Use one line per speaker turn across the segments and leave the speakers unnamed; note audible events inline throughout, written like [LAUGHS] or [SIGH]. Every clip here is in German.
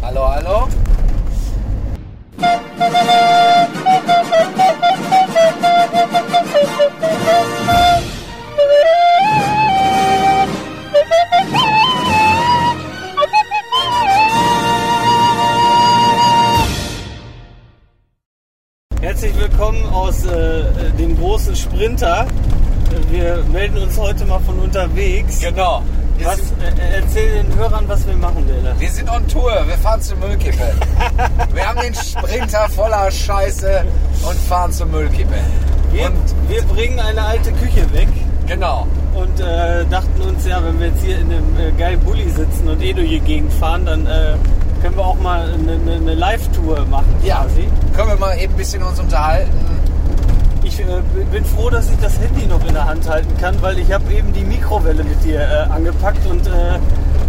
Hallo, hallo.
Herzlich willkommen aus äh, dem großen Sprinter. Wir melden uns heute mal von unterwegs.
Genau. Wir
Was,
sind,
äh, erzähl den Hörern, was wir machen, Dela.
wir sind on Tour. Wir fahren zur [LAUGHS] Müllkippe. wir haben den Sprinter voller Scheiße und fahren zur Müllkippe.
Wir,
Und
wir bringen eine alte Küche weg
genau.
und äh, dachten uns, ja, wenn wir jetzt hier in einem äh, geilen Bulli sitzen und eh durch die Gegend fahren, dann äh, können wir auch mal eine, eine, eine Live-Tour machen.
Ja,
Quasi.
können wir mal eben ein bisschen uns unterhalten.
Ich äh, bin froh, dass ich das Handy noch in der Hand halten kann, weil ich habe eben die Mikrowelle mit dir äh, angepackt und äh,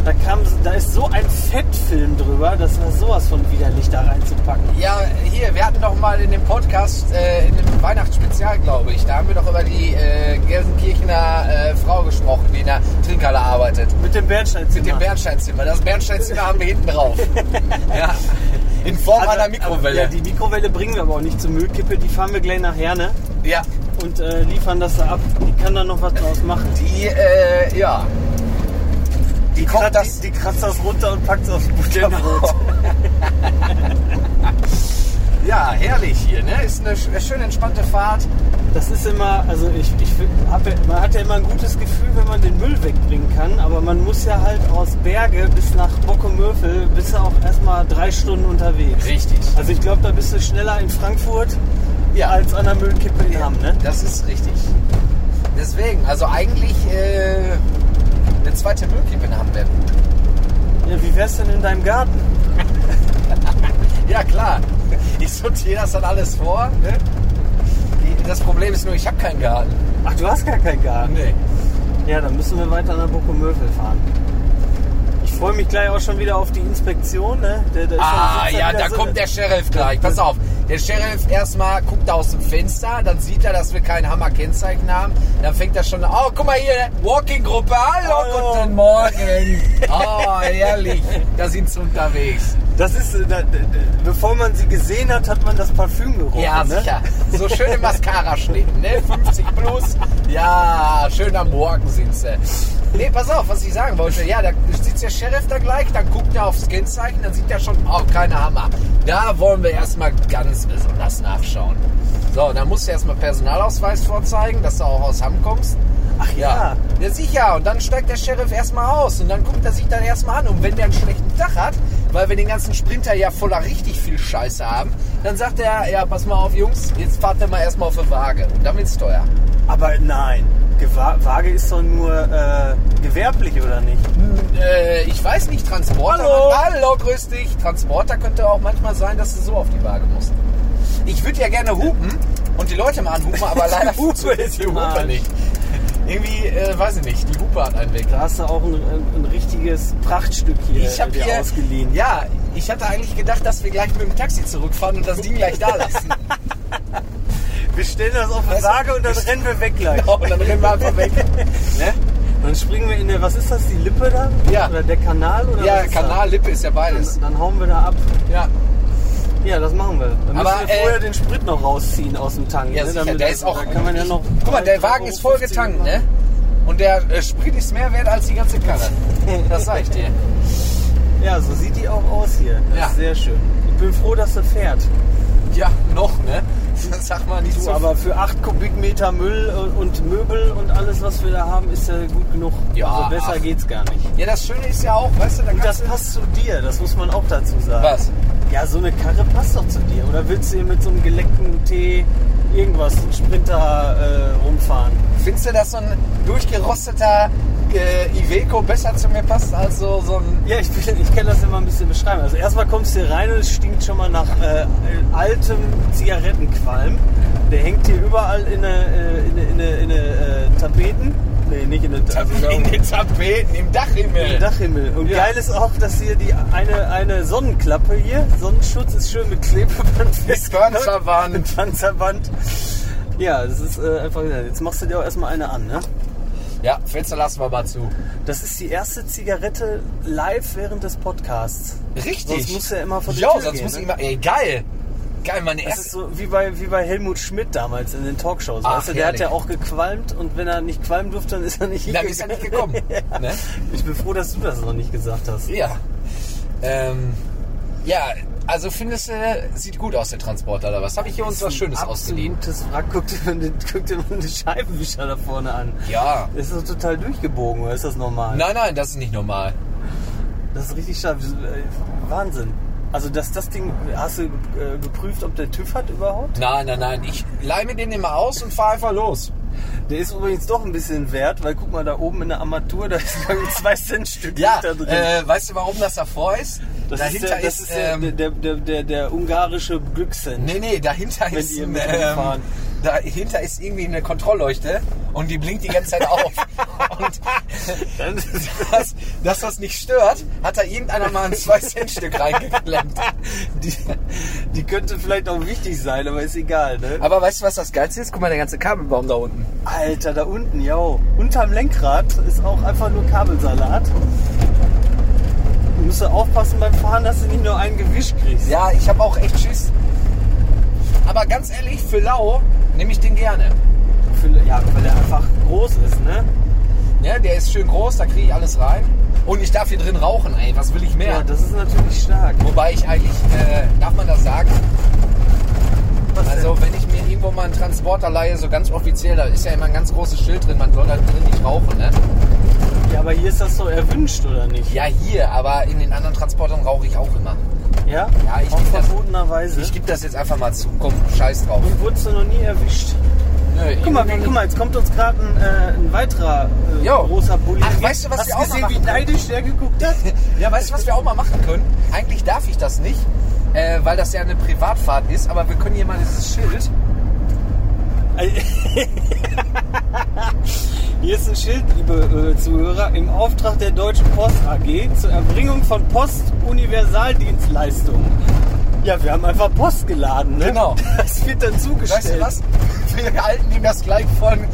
da kam, da ist so ein Fettfilm drüber, das war sowas von widerlich da reinzupacken.
Ja, hier, wir hatten doch mal in dem Podcast, äh, in dem Weihnachtsspezial, glaube ich, da haben wir doch über die äh, Gelsenkirchener äh, Frau gesprochen, die in der Trinkhalle arbeitet.
Mit dem Bernstein.
Mit dem Bernsteinzimmer. Das Bernsteinzimmer haben wir hinten [LAUGHS] drauf. ja. In Form einer Mikrowelle.
Also, Ja, die Mikrowelle bringen wir aber auch nicht zur Müllkippe, die fahren wir gleich nach Herne
ja.
und äh, liefern das da ab. Die kann dann noch was draus machen.
Die, äh, ja. Die, kocht
Kratzt-
das.
die kratzt das runter und packt es aufs Butterbrot.
Genau. [LAUGHS] ja, herrlich hier, ne? Ist eine sch- schön entspannte Fahrt.
Das ist immer, also ich, ich hab, ja- man hat ja immer ein gutes Gefühl, wenn man den Müll wegbringen kann, aber man muss ja halt aus Berge bis nach Bocke-Mörfel, bist du auch erstmal drei Stunden unterwegs.
Richtig.
Also ich glaube, da bist du schneller in Frankfurt
Ja.
als an der Müllkippe in Hamm, ne?
Das ist richtig. Deswegen, also eigentlich äh, eine zweite Müllkippe haben wir.
Ja, wie wär's denn in deinem Garten?
Ja, klar. Ich sortiere das dann alles vor. Ne? Die- Das Problem ist nur, ich habe keinen Garten.
Ach, du hast gar keinen Garten.
Nee.
Ja, dann müssen wir weiter nach Bocke-Mörfel fahren. Ich freue mich gleich auch schon wieder auf die Inspektion, ne? Der- der ist
Ah,
schon- sitzt
ja,
wieder
da
so-
kommt der Sheriff gleich. Pass auf. Der Sheriff erstmal guckt aus dem Fenster, dann sieht er, dass wir kein Hammer-Kennzeichen haben. Dann fängt er schon an. Oh, guck mal hier, Walking-Gruppe. Hallo,
Hallo.
guten Morgen. Oh, herrlich. Da sind sie unterwegs.
Das ist, äh, da, da, bevor man sie gesehen hat, hat man das Parfüm gerochen.
Ja,
ne?
sicher. So schöne Mascara-Schnitten, ne? 50 plus. Ja, schön am Morgen sind sie. Nee, pass auf, was ich sagen wollte. Ja, da sitzt der Sheriff da gleich, dann guckt er aufs Kennzeichen, dann sieht er schon, oh, keine Hammer. Da wollen wir erstmal ganz besonders nachschauen. So, dann musst du erstmal Personalausweis vorzeigen, dass du auch aus Hamm kommst. Ach
ja.
Ja, sicher. Und dann steigt der Sheriff erstmal aus und dann guckt er sich dann erstmal an. Und wenn der einen schlechten Tag hat, weil wir den ganzen Sprinter ja voller richtig viel Scheiße haben, dann sagt er, ja, pass mal auf, Jungs, jetzt fahrt ihr mal erstmal auf eine Waage. Und dann wird's teuer.
Aber nein, Gewa Waage ist doch nur äh, gewerblich, oder nicht?
Äh, ich weiß nicht, Transporter.
Hallo.
Hallo, grüß dich. Transporter könnte auch manchmal sein, dass du so auf die Waage musst. Ich würde ja gerne hupen und die Leute mal anhupen,
[LAUGHS]
aber leider
Die Hupe
funktioniert
ist
die
im Arsch.
Hupe nicht. Irgendwie, äh, weiß ich nicht, die Hupe hat einen Weg.
Da hast du auch ein, ein, ein richtiges Prachtstück hier, äh,
Ich habe
dir
hier
ausgeliehen.
Ja, ich hatte eigentlich gedacht, dass wir gleich mit dem Taxi zurückfahren und das Ding gleich da [LAUGHS] lassen.
wir stellen das auf eine
Weißt du,
Waage und dann
ich-
rennen wir weg gleich.
Genau, und dann rennen wir einfach weg. Ne?
Dann springen wir in der, was ist das, die Lippe da?
Ja.
Oder der Kanal? Oder
Ja,
was ist
Kanal, Lippe ist ja
Das?
beides.
Dann, dann hauen wir da ab.
Ja,
Ja, das machen wir. Dann
Aber,
müssen wir
äh,
vorher den Sprit noch rausziehen aus dem Tank.
ja
ne?
sicher,
Damit-
der ist auch.
Da kann man ja noch
Guck mal, der Wagen ist voll
3,50
getankt,
machen.
ne? Und der äh, Sprit ist mehr wert als die ganze Karre. Das sag ich dir.
Ja, so sieht die auch aus hier. Das
Ja.
ist sehr schön. Ich bin froh, dass er fährt.
[LAUGHS] Ja, noch, [LAUGHS] ne? Sag mal nicht
Du,
so.
aber für 8 Kubikmeter Müll und Möbel und alles, was wir da haben, ist ja gut genug.
Ja,
Also besser
ach.
geht's gar nicht.
Ja, das Schöne ist ja auch, weißt du, da
Und das
kannst du.
passt zu dir, das muss man auch dazu sagen.
Was?
Ja, so eine Karre passt doch zu dir. Oder willst du hier mit so einem geleckten Tee irgendwas, einen Sprinter äh, rumfahren?
Findest du, dass so ein durchgerosteter äh, Iveco besser zu mir passt als so, so ein.
Ja, ich, bin- ich kann das immer ein bisschen beschreiben. Also erstmal kommst du hier rein und es stinkt schon mal nach äh, altem Zigarettenqualm. Der hängt hier überall in eine, äh, in eine, in eine, in eine äh, Tapeten. Nee, nicht in eine Tapeten.
den Tapeten, im Dachhimmel.
Im Dachhimmel. Und
Ja.
geil ist auch, dass hier die eine, eine Sonnenklappe hier, Sonnenschutz ist schön mit Klebeband festgeknallt.
Panzerband.
Mit Panzerband. Ja, das ist äh, einfach, jetzt machst du dir auch erstmal eine an, ne?
Ja, Fenster lassen wir mal zu.
Das ist die erste Zigarette live während des Podcasts.
Richtig.
Sonst muss er immer von der
Jo,
Tür
sonst
gehen,
muss ich
ne?
immer. Ey, geil. Geil, meine
Das
erste.
ist so wie bei, wie bei Helmut Schmidt damals in den Talkshows.
Ach,
weißt du, der hat
herrlich.
ja auch gequalmt und wenn er nicht qualmen durfte, dann ist er nicht
Dann ist er nicht gekommen.
Ja.
Ne?
[LAUGHS] Ich bin froh, dass du das noch nicht gesagt hast.
Ja. Ähm, ja, also findest du, sieht gut aus, der Transporter oder was? Habe ich hier uns was Schönes ausgeliehen?
Absolutes Wrack. Guck dir, mal den, guck dir mal den Scheibenwischer da vorne an.
Ja.
Das ist doch total durchgebogen, oder ist das normal?
Nein, nein, das ist nicht normal.
Das ist richtig scharf. Das ist, äh, Wahnsinn. Also, dass das Ding, hast du äh, geprüft, ob der TÜV hat überhaupt?
Nein, nein, nein. Ich leih mir den immer aus und fahr einfach los.
Der ist übrigens doch ein bisschen wert, weil guck mal, da oben in der Armatur, da ist ein 2-Cent-Stück
Ja,
da drin.
äh, weißt du, warum das davor ist?
das
dahinter
ist, der, das ist der-
ähm,
der, der, der, der ungarische Glückssinn.
Nee, nee, dahinter
Wenn
ist
die
ein,
mit
ähm,
rumfahren.
dahinter ist irgendwie eine Kontrollleuchte und die blinkt die ganze Zeit [LAUGHS] auf. und
Dann-
dass, dass das nicht stört, hat da irgendeiner mal ein 2-Cent-Stück reingeklemmt.
die, [LAUGHS] die könnte vielleicht auch wichtig sein, aber ist egal, ne?
Aber weißt du, was das Geilste ist? Guck mal, der ganze Kabelbaum da unten.
Alter, da unten, ja. Unterm Lenkrad ist auch einfach nur Kabelsalat. Du musst ja aufpassen beim Fahren, dass du nicht nur einen Gewisch kriegst.
Ja, ich habe auch echt Schiss. Aber ganz ehrlich, für Lau nehme ich den gerne.
Für- ja, weil der einfach groß ist, ne?
Ja, der ist schön groß, da kriege ich alles rein. Und ich darf hier drin rauchen, ey. Was will ich mehr?
Ja, das ist natürlich stark.
Wobei ich eigentlich, äh, darf man das sagen?
Was
Also wenn ich mir irgendwo mal einen Transporter leihe, so ganz offiziell, da ist ja immer ein ganz großes Schild drin, man soll da drin nicht rauchen, ne?
denn? ja, aber hier ist das so erwünscht, oder nicht?
Ja, hier, aber in den anderen Transportern rauche ich auch immer.
Hm? Ja?
Ja, ich
Auch
nehm das-
verbotenerweise.
Ich gebe das jetzt einfach mal zu, komm, scheiß drauf.
Und wurdest du noch nie erwischt?
Nö,
Guck mal,
irgendwie-
guck mal, jetzt kommt uns gerade ein, äh, ein weiterer äh,
Jo.
großer Bulli.
Ach, weißt du, was
Hast
wir auch mal
gesehen, wie
machen
neidisch der geguckt hat?
[LAUGHS] Ja, weißt du, was wir auch mal machen können? Eigentlich darf ich das nicht, äh, weil das ja eine Privatfahrt ist, aber wir können hier mal dieses Schild.
Äh, [LAUGHS] Hier ist ein Schild, liebe äh, Zuhörer, im Auftrag der Deutschen Post AG zur Erbringung von Postuniversaldienstleistungen. Ja, wir haben einfach Post geladen, ne?
Genau.
[LAUGHS] Das wird dann zugestellt.
Weißt du was? Wir halten ihm das gleich von äh,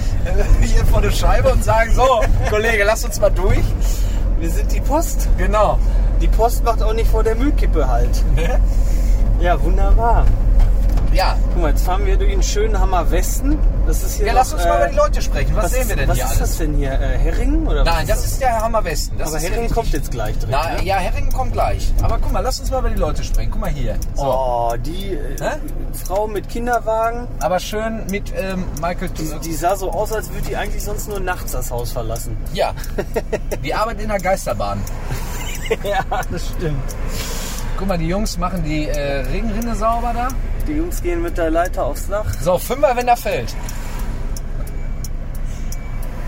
hier vor der Scheibe und sagen, so, Kollege, lass uns mal durch.
Wir sind die Post.
Genau.
Die Post macht auch nicht vor der Müllkippe
[LAUGHS]
halt.
Ne?
Ja, wunderbar.
Ja,
Guck mal, jetzt fahren wir durch den schönen Hammer Westen. Das ist hier
ja
noch,
lass uns mal
äh,
über die Leute sprechen. Was, sehen wir denn
was
hier
ist
alles?
das denn hier? Äh, Heringen? Oder was
Nein, das ist der Hammer Westen. Das
Aber
ist
Heringen
richtig.
kommt jetzt gleich drin.
Na,
ne?
ja, Heringen kommt gleich. Aber guck mal, lass uns mal über die Leute sprechen. Guck mal hier. So.
Oh, die äh,
Hä?
Frau mit Kinderwagen,
Aber schön mit ähm, Michael
die,
Tuch.
die sah so aus, als würde die eigentlich sonst nur nachts das Haus
[LAUGHS]
verlassen. [LAUGHS]
Ja, die arbeiten in der Geisterbahn.
ja, das stimmt.
Guck mal, die Jungs machen die äh, Regenrinne sauber da.
Die Jungs gehen mit der Leiter aufs Dach.
So, Fünfer, wenn der fällt.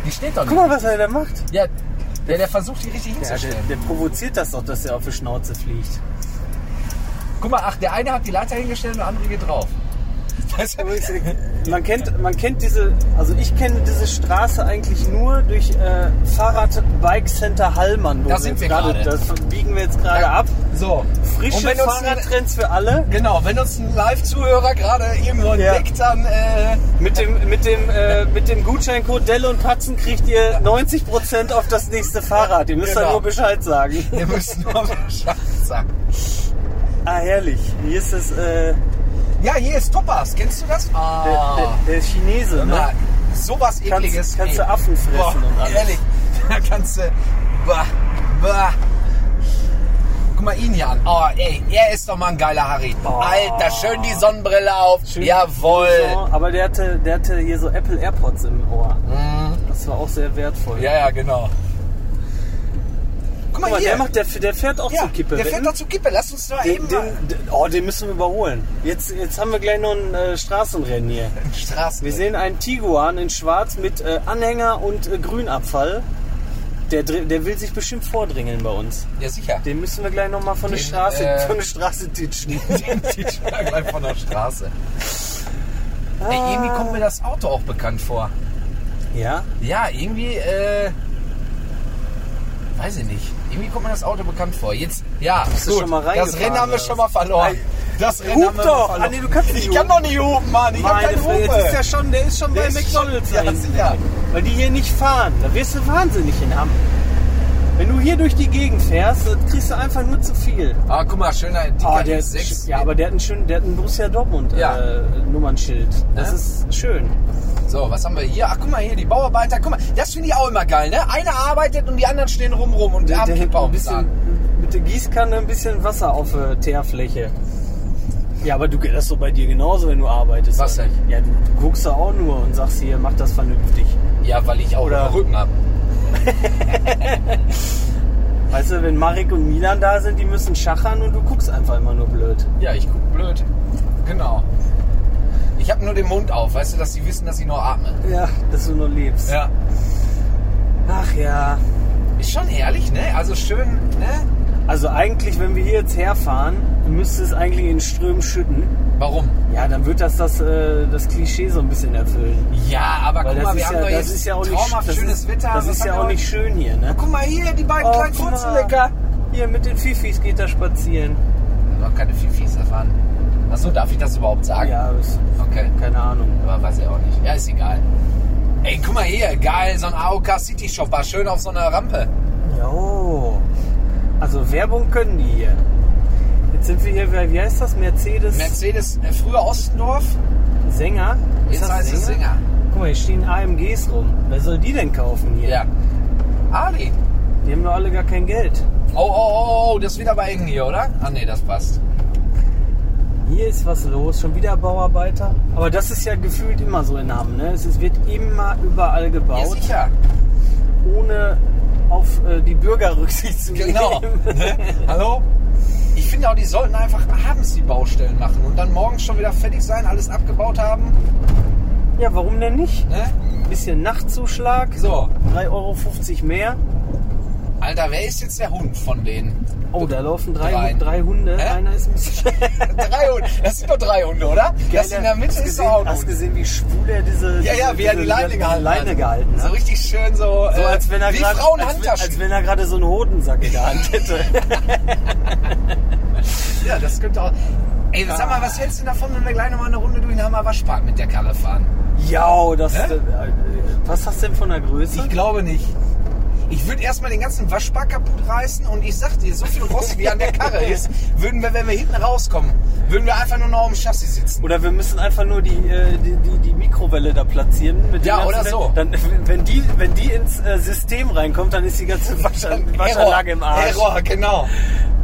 Die steht doch nicht.
Guck mal, was er da macht.
Ja, der, der versucht, die richtig
Ja, der,
hinzustellen.
der provoziert das doch, dass er auf die Schnauze fliegt.
Guck mal, ach, der eine hat die Leiter hingestellt und der andere geht drauf. Weißt du?
Übrigens, Man kennt, man kennt diese, also ich kenne diese Straße eigentlich nur durch äh, Fahrrad-Bike-Center Hallmann. wo
Da sind wir gerade.
Das biegen wir jetzt gerade ab.
So, und
Frische
wenn uns ein,
Fahrradtrends für alle.
genau, wenn uns ein Live-Zuhörer gerade irgendwo
Ja.
entdeckt, dann äh,
Mit dem, mit dem, äh, mit dem Gutscheincode Delle und Patzen kriegt ihr 90% auf das nächste Fahrrad. Ihr müsst
Genau.
da nur Bescheid sagen.
ihr müsst nur Bescheid sagen.
Ah, herrlich. Hier ist das, äh,
Ja, hier ist Topas. Kennst du das? Ah.
der, der, der Chinese,
Na,
ne?
sowas
Kannst-
ekliges.
kannst du
ey.
Affen fressen
Boah,
und alles.
Ehrlich, [LAUGHS] da kannst du. Bah, bah. Guck mal ihn hier an. Oh, ey, er ist doch mal ein geiler Harry. Alter, schön die Sonnenbrille auf.
Schön
Jawohl.
So, Genau. aber der hatte, der hatte hier so Apple AirPods im Ohr. Das war auch sehr wertvoll.
Mhm. Ja, ja, genau. Guck mal,
Guck mal,
hier.
der, macht, der, der fährt auch
ja,
zur Kippe.
der fährt
Wetten?
doch zu Kippe. Lass uns doch eben
den,
mal.
den, den, oh, den müssen wir überholen. Jetzt, jetzt haben wir gleich noch ein äh, Straßenrennen hier.
Straßen.
Wir sehen einen Tiguan in Schwarz mit äh, Anhänger und äh, Grünabfall. Der, dr- der will sich bestimmt vordringeln bei uns.
Ja, sicher.
Den müssen wir gleich nochmal von der
Den,
Straße,
äh,
von der
[LAUGHS]
Straße ditchen.
Den zieht schon mal gleich von der Straße. Ey, irgendwie kommt mir das Auto auch bekannt vor.
Ja?
Ja, irgendwie, äh, weiß ich nicht. Irgendwie kommt mir das Auto bekannt vor. Jetzt, ja,
Bist du
gut,
schon mal
das
reingefahren,
Rennen haben wir
oder
schon mal
was?
verloren.
Ei,
Das Rennen haben
Hub
wir
doch!
verloren.
Ah, nee, du kannst nicht
Ich kann
hupen.
doch nicht hupen, Mann. Ich hab
Meine
keine
Fresse,
Hupe.
jetzt ist ja schon, der ist schon
Der
bei
ist
McDonalds.
schon- ja,
dahinten.
sicher.
Weil die hier nicht fahren. Da wirst du wahnsinnig in Hamm. Wenn du hier durch die Gegend fährst, dann kriegst du einfach nur zu viel.
Ah, guck mal, schöner dicker
Ah, der
sechs.
ja, aber der hat einen schönen, der hat ein Borussia Dortmund
Ja.
äh, Nummernschild. Das
Ja.
ist schön.
So, was haben wir hier? Ach, guck mal hier, die Bauarbeiter. Guck mal, das finde ich auch immer geil, ne? Einer arbeitet und die anderen stehen rum rum und haben
hätte
Kippe
auch
auf
ein
dem Zahn.
bisschen mit der Gießkanne ein bisschen Wasser auf
äh,
der Teerfläche. Ja, aber du das ist so bei dir genauso, wenn du arbeitest.
Was denn?
Ja, du, du guckst da auch nur und sagst hier, mach das vernünftig.
Ja, weil ich auch
Oder-
einen Rücken hab.
Weißt du, wenn Marek und Milan da sind, die müssen schachern und du guckst einfach immer nur blöd.
Ja, ich guck blöd. Genau. Ich hab nur den Mund auf, weißt du, dass sie wissen, dass ich noch atme.
Ja. Dass du nur lebst.
Ja.
Ach ja.
Ist schon herrlich, ne? Also schön, ne?
Also eigentlich, wenn wir hier jetzt herfahren, müsste es eigentlich in Strömen schütten.
Warum?
Ja, dann wird das das, äh, das Klischee so ein bisschen erfüllen.
Ja, aber guck
Weil das,
mal, wir
ist,
haben
ja,
doch
das
jetzt
ist ja auch nicht
traumhaft
das
schönes
ist,
Wetter.
Das
Was
ist
haben
ja
wir
auch
heute?
nicht schön hier, ne?
Guck mal hier, die beiden
Oh,
kleinen
guck mal.
Furzenlecker.
Hier mit den Fifis geht er spazieren.
Noch keine Fifis erfahren. Achso, darf ich das überhaupt sagen?
Ja, ist,
Okay.
keine Ahnung.
Aber weiß ich auch nicht. Ja, ist egal. Ey, guck mal hier, geil, so ein AOK City Shop war schön auf so einer Rampe.
Jo. Also Werbung können die hier. Jetzt sind wir hier, bei- wie heißt das? Mercedes
Mercedes, äh, früher Ostendorf,
Sänger? Ist
jetzt
das
heißt es Sänger.
Guck mal, hier stehen AMGs rum. Wer soll die denn kaufen hier?
Ja. Ali.
Die haben doch alle gar kein Geld.
Oh, oh, oh, oh, das ist wieder bei Engen hier, oder? Ah, nee, das passt.
Hier ist was los, schon wieder Bauarbeiter. Aber das ist ja gefühlt immer so in Hamm, ne? Es ist- wird immer überall
Ja,
gebaut,
sicher.
ohne auf äh, die Bürger Rücksicht zu nehmen. [LAUGHS]
Genau. Ne? [LAUGHS] Hallo? Ich finde auch, die sollten einfach abends die Baustellen machen und dann morgens schon wieder fertig sein, alles abgebaut haben.
Ja, warum denn nicht?
Ne?
Bisschen Nachtzuschlag,
So,
3,50 Euro mehr.
Alter, wer ist jetzt der Hund von denen? [LAUGHS]
Oh, da laufen drei,
Drei.
drei Hunde.
Hä?
Einer ist ein bisschen
[LAUGHS] drei Hunde. Das sind doch drei Hunde, oder? Das in der Mitte
Hast
ist
gesehen,
doch auch ein
Hast
Hund.
gesehen, wie schwul er diese
Ja, ja,
diese-
wie er die
diese-
Leine gehalten
Leine
hat.
gehalten
So
hat.
richtig schön so,
So
äh,
als wenn er
wie
gerade
Frauen
als, wenn-
Handtaschen.
als wenn er gerade so einen Hodensack in der Hand hätte.
ja, das könnte auch... Ey, sag mal, was hältst du davon, wenn wir gleich nochmal eine Runde durch den Hammer Waschpark mit der Karre fahren?
ja, das
Hä?
äh, was hast du denn von der Größe?
Ich glaube nicht. Ich würde erstmal den ganzen Waschpark kaputt reißen und ich sag dir, so viel Rost wie an der Karre ist, würden wir, wenn wir hinten rauskommen, würden wir einfach nur noch auf dem Chassis sitzen.
Oder wir müssen einfach nur die, äh, die, die, die Mikrowelle da platzieren. Mit dem
Ja,
ganzen
oder
Fett.
so.
Dann, wenn, die, wenn die ins äh, System reinkommt, dann ist die
[LAUGHS]
ganze Wascher, Waschanlage im Arsch.
Error, genau.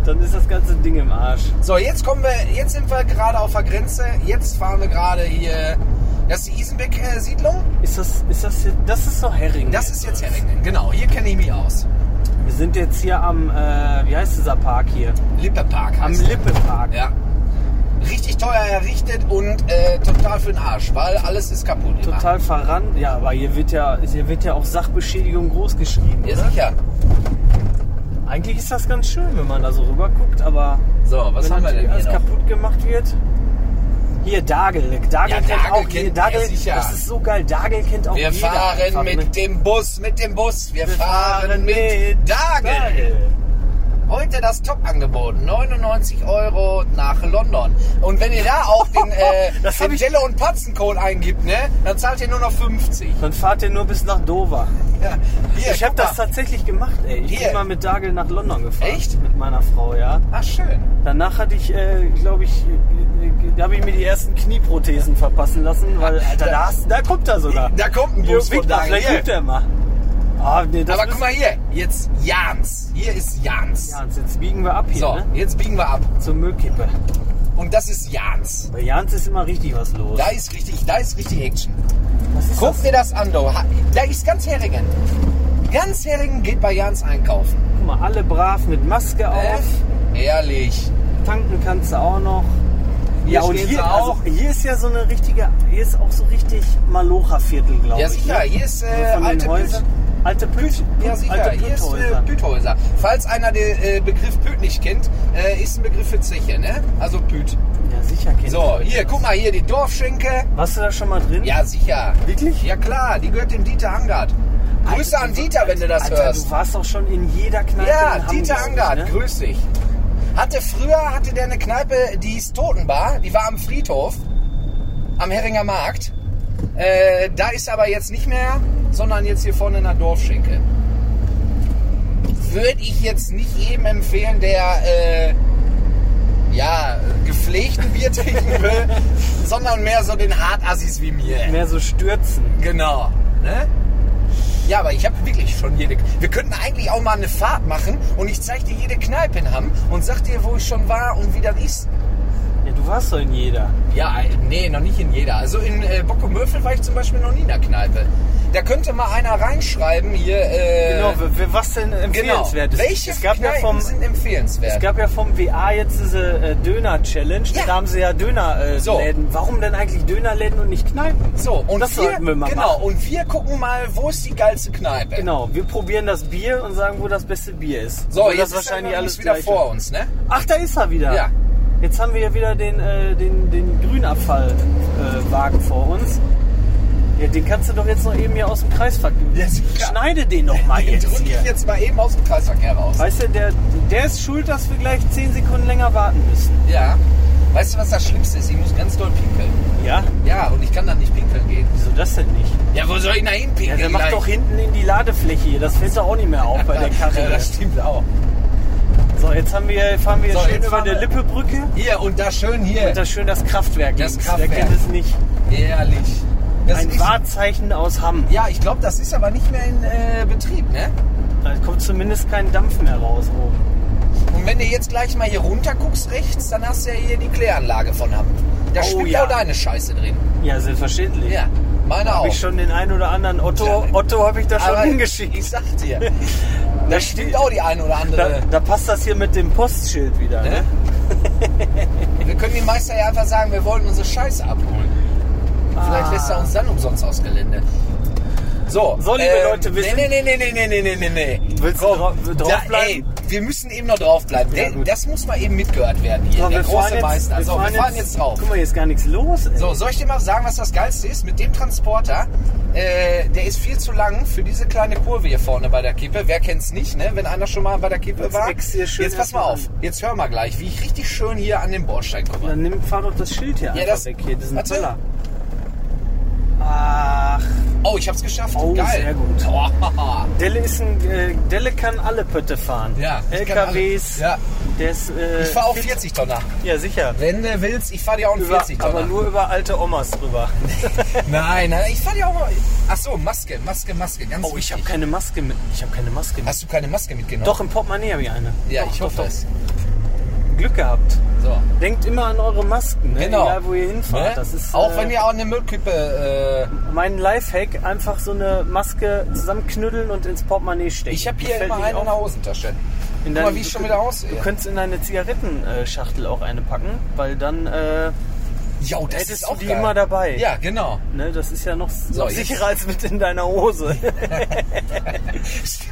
Dann ist das ganze Ding im Arsch.
So, jetzt kommen wir, jetzt sind wir gerade auf der Grenze. Jetzt fahren wir gerade hier. Das ist die Isenbeck-Siedlung.
Ist das, ist das, jetzt, das ist doch Hering.
Das ist jetzt Herringen, genau. Hier kenne ich mich aus.
Wir sind jetzt hier am, äh, wie heißt dieser Park hier?
Lippe Park
Am
heißt
Lippe-Park.
er. Ja. Richtig teuer errichtet und äh, total für den Arsch, weil alles ist kaputt. immer.
Total verrannt. Ja, aber hier wird ja, hier wird ja auch Sachbeschädigung groß geschrieben.
Ja,
oder?
sicher.
Eigentlich ist das ganz schön, wenn man da so rüber guckt, aber
So, was
wenn
haben wir
natürlich
denn
alles
hier noch?
kaputt gemacht wird. Hier Dagel, Dagel
Ja,
kennt
Dagel
auch
kennt-
jeder. Dagel,
ja, sicher.
das ist so geil. Dagel kennt auch
Wir
jeder. einfach,
fahren
ne?
mit dem Bus, mit dem Bus. Wir,
Wir
fahren mit Dagel. Heute das Top-Angebot, 99 Euro nach London. Und wenn ihr da auch
[LAUGHS]
den, äh,
Das hab
den
ich-
Jelle- und Patzencode eingibt, ne, dann zahlt ihr nur noch 50.
Dann fahrt ihr nur bis nach Dover.
Ja. Hier,
ich habe
guck
das
mal.
tatsächlich gemacht, ey. Ich
Hier.
bin mal mit Dagel nach London gefahren.
Echt?
Mit meiner Frau, ja.
Ach, schön.
Danach hatte ich, äh, glaube ich, äh, äh, da habe ich mir die ersten Knieprothesen verpassen lassen, weil, Alter, da, hast, da kommt er sogar.
Da kommt ein
Jo,
Bus
winkt
von
mal,
Dagel.
Vielleicht
Hier.
gibt er mal. Ah, nee, das
Aber
müssen-
guck mal hier, jetzt Jans. Hier ist Jans.
Jans, jetzt biegen wir ab hier,
So,
ne?
jetzt biegen wir ab.
Zur Müllkippe.
Und das ist Jans.
Bei Jans ist immer richtig was los.
Da ist richtig, da ist richtig Action.
was ist
Guck
das?
dir das an, du. Ha- Da ist ganz Heringen. Ganz Heringen geht bei Jans einkaufen.
Guck mal, alle brav mit Maske auf.
Äh, ehrlich.
Tanken kannst du auch noch.
Hier stehen sie auch.
Also, hier ist ja so eine richtige, hier ist auch so richtig Malocha-Viertel, glaube
Ja,
ich.
sicher.
ne?
Hier ist äh,
Also von den
alte
Häusern-
Püt.
Alte Püt.
Ja, sicher.
Alte
Hier ist äh,
Püthäuser.
Püthäuser. Falls einer den äh, Begriff Püt nicht kennt, äh, ist ein Begriff für Zeche, ne? Also Püt.
Ja, sicher kennt
So,
ihr
hier,
das.
guck mal hier, die Dorfschenke.
Warst du da schon mal drin?
Ja, sicher.
Wirklich?
Ja, klar. Die gehört dem Dieter Angard. Grüße
Alter,
an Dieter, wenn du das
Alter,
hörst.
du warst auch schon in jeder Kneipe
Ja,
in Hamburg,
Dieter Angard,
ne?
grüß dich. Hatte früher hatte der eine Kneipe, die hieß Totenbar, die war am Friedhof, am Heringer Markt. Äh, da ist aber jetzt nicht mehr, sondern jetzt hier vorne in der Dorfschinke. Würde ich jetzt nicht jedem empfehlen, der äh, ja, gepflegten Bier trinken will, [LAUGHS] sondern mehr so den Hartassis wie mir.
Mehr so stürzen.
Genau. Ne? Ja, aber ich habe wirklich schon jede. Wir könnten eigentlich auch mal eine Fahrt machen und ich zeig dir jede Kneipe in Hamm und sag dir, wo ich schon war und wie das ist.
Ja, du warst doch in jeder.
Ja, äh, nee, noch nicht in jeder. Also in äh, Bockumöfel war ich zum Beispiel noch nie in der Kneipe. Da könnte mal einer reinschreiben hier. Äh,
Genau, w- w- was denn
genau.
empfehlenswert ist.
Welche
es gab ja
Kneipen
vom,
sind empfehlenswert?
es gab ja vom WA jetzt diese äh, Döner-Challenge.
Ja.
Da haben sie ja Dönerläden. Äh,
So.
Läden. Warum denn eigentlich Dönerläden und nicht Kneipen?
so, und
das
wir,
sollten wir mal
genau,
machen.
und wir gucken mal, wo ist die geilste Kneipe.
Genau, wir probieren das Bier und sagen, wo das beste Bier ist.
So,
Obwohl
jetzt
Also das wahrscheinlich
ist
alles
wieder
Gleiche.
vor uns, ne?
Ach, da ist er wieder.
Ja.
Jetzt haben wir ja wieder den, äh, den, den Grünabfallwagen vor uns. Ja, den kannst du doch jetzt noch eben hier aus dem Kreisverkehr.
Yes, ja.
Schneide den doch
[LAUGHS]
mal
Den
jetzt
drücke
hier.
ich jetzt mal eben aus dem Kreisverkehr raus.
Weißt du, der, der ist schuld, dass wir gleich 10 Sekunden länger warten müssen.
Ja. Weißt du, was das Schlimmste ist? Ich muss ganz doll pinkeln.
Ja?
Ja, und ich kann dann nicht pinkeln gehen.
Wieso das denn nicht?
Ja, wo soll ich denn da
Ja,
hinpinkeln?
der macht
gleich?
doch hinten in die Ladefläche hier. Das fällt doch auch nicht mehr auf bei der
[LAUGHS] Ja,
Karre.
das stimmt auch.
So, jetzt haben wir, fahren wir
So,
schön
jetzt
über
fahren
der
wir-
Lippebrücke.
Hier und da schön hier.
Und da schön das Kraftwerk.
Das
links.
Kraftwerk.
Wer kennt es nicht?
Ehrlich. Das
Ein
ist,
Wahrzeichen aus Hamm.
ja, ich glaube, das ist aber nicht mehr in äh, Betrieb, ne?
Da kommt zumindest kein Dampf mehr raus oben.
Und wenn du jetzt gleich mal hier runter guckst rechts, dann hast du ja hier die Kläranlage von Hamm. Da
Oh,
schwimmt
ja.
auch deine Scheiße drin.
Ja, selbstverständlich.
Ja, meine
Habe
auch.
ich schon den einen oder anderen Otto,
Ja. ne.
Otto habe ich da schon
aber [LAUGHS]
hingeschickt.
ich sag
[LAUGHS]
dir, da stimmt auch die eine oder
Da,
andere.
da passt das hier mit dem Postschild wieder. Ne?
Ne?
[LAUGHS]
wir können dem Meister ja einfach sagen, wir wollen unsere Scheiße abholen.
Ah.
Vielleicht lässt er uns dann umsonst aufs Gelände. So, ähm,
So, liebe Leute, wir
nee,
sind-
nee, nee, nee, nee, nee, nee, nee, nee.
Willst du drau- draufbleiben?
Da, ey, wir müssen eben noch draufbleiben.
Ja,
Der-
gut.
das muss mal eben mitgehört werden hier.
So,
der große
jetzt-
Meister. so, wir fahren jetzt, drauf.
Guck mal, hier ist gar nichts los. Ey.
So, soll ich dir mal sagen, was das Geilste ist? Mit dem Transporter, äh, der ist viel zu lang für diese kleine Kurve hier vorne bei der Kippe. Wer kennt's nicht, ne? Wenn einer schon mal bei der Kippe
Jetzt
war.
ex hier schön
Jetzt pass mal
erstmal
auf. Jetzt hör mal gleich, wie ich richtig schön hier an den Bordstein komme.
Dann nimm, fahr doch das Schild hier einfach
das-
weg. Hier, das ist ein
Warte.
Teller. Ach,
Oh, ich hab's geschafft.
Oh,
Geil.
sehr gut.
Oh, [LAUGHS]
Delle ist ein, äh, Delle kann alle Pötte fahren.
Ja, ich kann
LKWs.
alle- ja.
Der ist, äh,
ich fahr auch
fit.
40 Tonner.
Ja, sicher.
Wenn du willst, ich fahr dir auch einen
Über,
40 Tonner.
aber nur über alte Omas drüber.
nein, nein, ich fahr dir auch mal. Ach so, Maske, Maske, Maske. Ganz
Oh, ich habe
wichtig.
keine Maske mit. Ich habe keine Maske mit.
Hast du keine Maske mitgenommen?
Doch, im Portemonnaie habe ich eine.
Ja,
doch,
ich
doch,
hoffe
doch.
es.
Glück gehabt.
So.
Denkt immer an eure Masken, ne?
Genau.
egal wo ihr hinfahrt.
Ne?
Das ist,
auch
äh,
wenn ihr auch eine Müllkippe. Äh,
Mein Lifehack, einfach so eine Maske zusammenknüdeln und ins Portemonnaie stecken.
ich habe
Das
hier
fällt
immer
nicht
eine in
auf.
der Hosentasche.
In
Guck mal,
dein-
wie ich
du-
schon wieder
Du
aussehe.
könntest in deine Zigarettenschachtel auch eine packen, weil dann, äh,
Ja, das
hättest
ist
du
auch
die
geil.
immer dabei.
Ja, genau.
ne, das ist ja noch,
So,
noch
jetzt-
sicherer als mit in
[LAUGHS]
deiner Hose.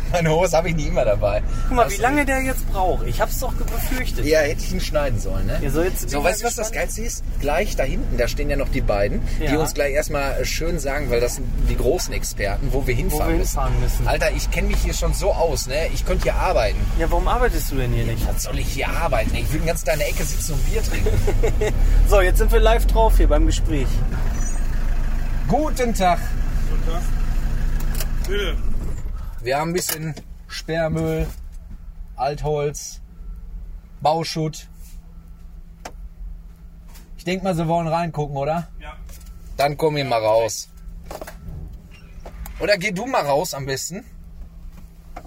Meine Hose habe ich nie immer dabei.
Guck mal,
Das-
wie lange der jetzt braucht. Ich hab's doch befürchtet.
Ja, hätte ich ihn schneiden sollen, ne?
Ja, so, jetzt bin
so
ich
weißt du,
mal
was das
gespannt.
Geilste ist? Gleich da hinten, da stehen ja noch die beiden, die
Ja.
uns gleich erstmal äh, schön sagen, weil das sind die großen Experten, wo wir hinfahren,
wir hinfahren müssen.
Alter, ich kenne mich hier schon so aus, ne? Ich könnte hier arbeiten.
Ja, warum arbeitest du denn hier nicht?
Was soll ich hier arbeiten? ey? Ich will den ganzen Tag in der Ecke sitzen und Bier trinken.
So, jetzt sind wir live drauf hier beim Gespräch.
Guten Tag.
Bitte.
Wir haben ein bisschen Sperrmüll, Altholz, Bauschutt. Ich denke mal, sie wollen reingucken, oder?
Ja.
Dann komm hier mal raus. Oder geh du mal raus am besten.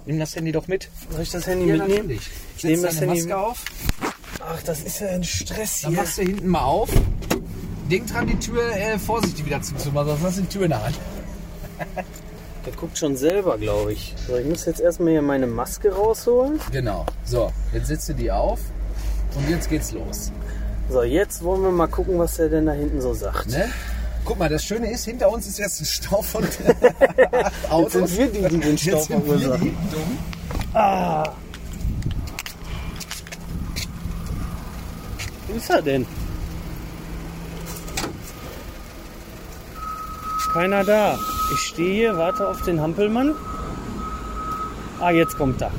Nimm das Handy doch mit.
Soll ich das Handy mitnehmen?
Ich
nehme
nehme
das
das Handy
Handy
Maske auf.
Ach, das ist ja ein Stress
Dann machst du hinten mal auf. Denk dran, die Tür äh, vorsichtig wieder zuzumachen, sonst hast du die Tür in der Hand.
Der guckt schon selber, glaube ich. So, ich muss jetzt erstmal hier meine Maske rausholen.
Genau. So, jetzt setzt du die auf und jetzt geht's los.
So, jetzt wollen wir mal gucken, was er denn da hinten so sagt.
Ne? Guck mal, das Schöne ist, hinter uns ist jetzt ein Stau von [LAUGHS] acht Autos.
sind wir die, die den Stau
Jetzt sind wir die
verursachen.
Dummen.
Wo ist er denn? Keiner da. Ich stehe hier, warte auf den Hampelmann. Ah, jetzt kommt er.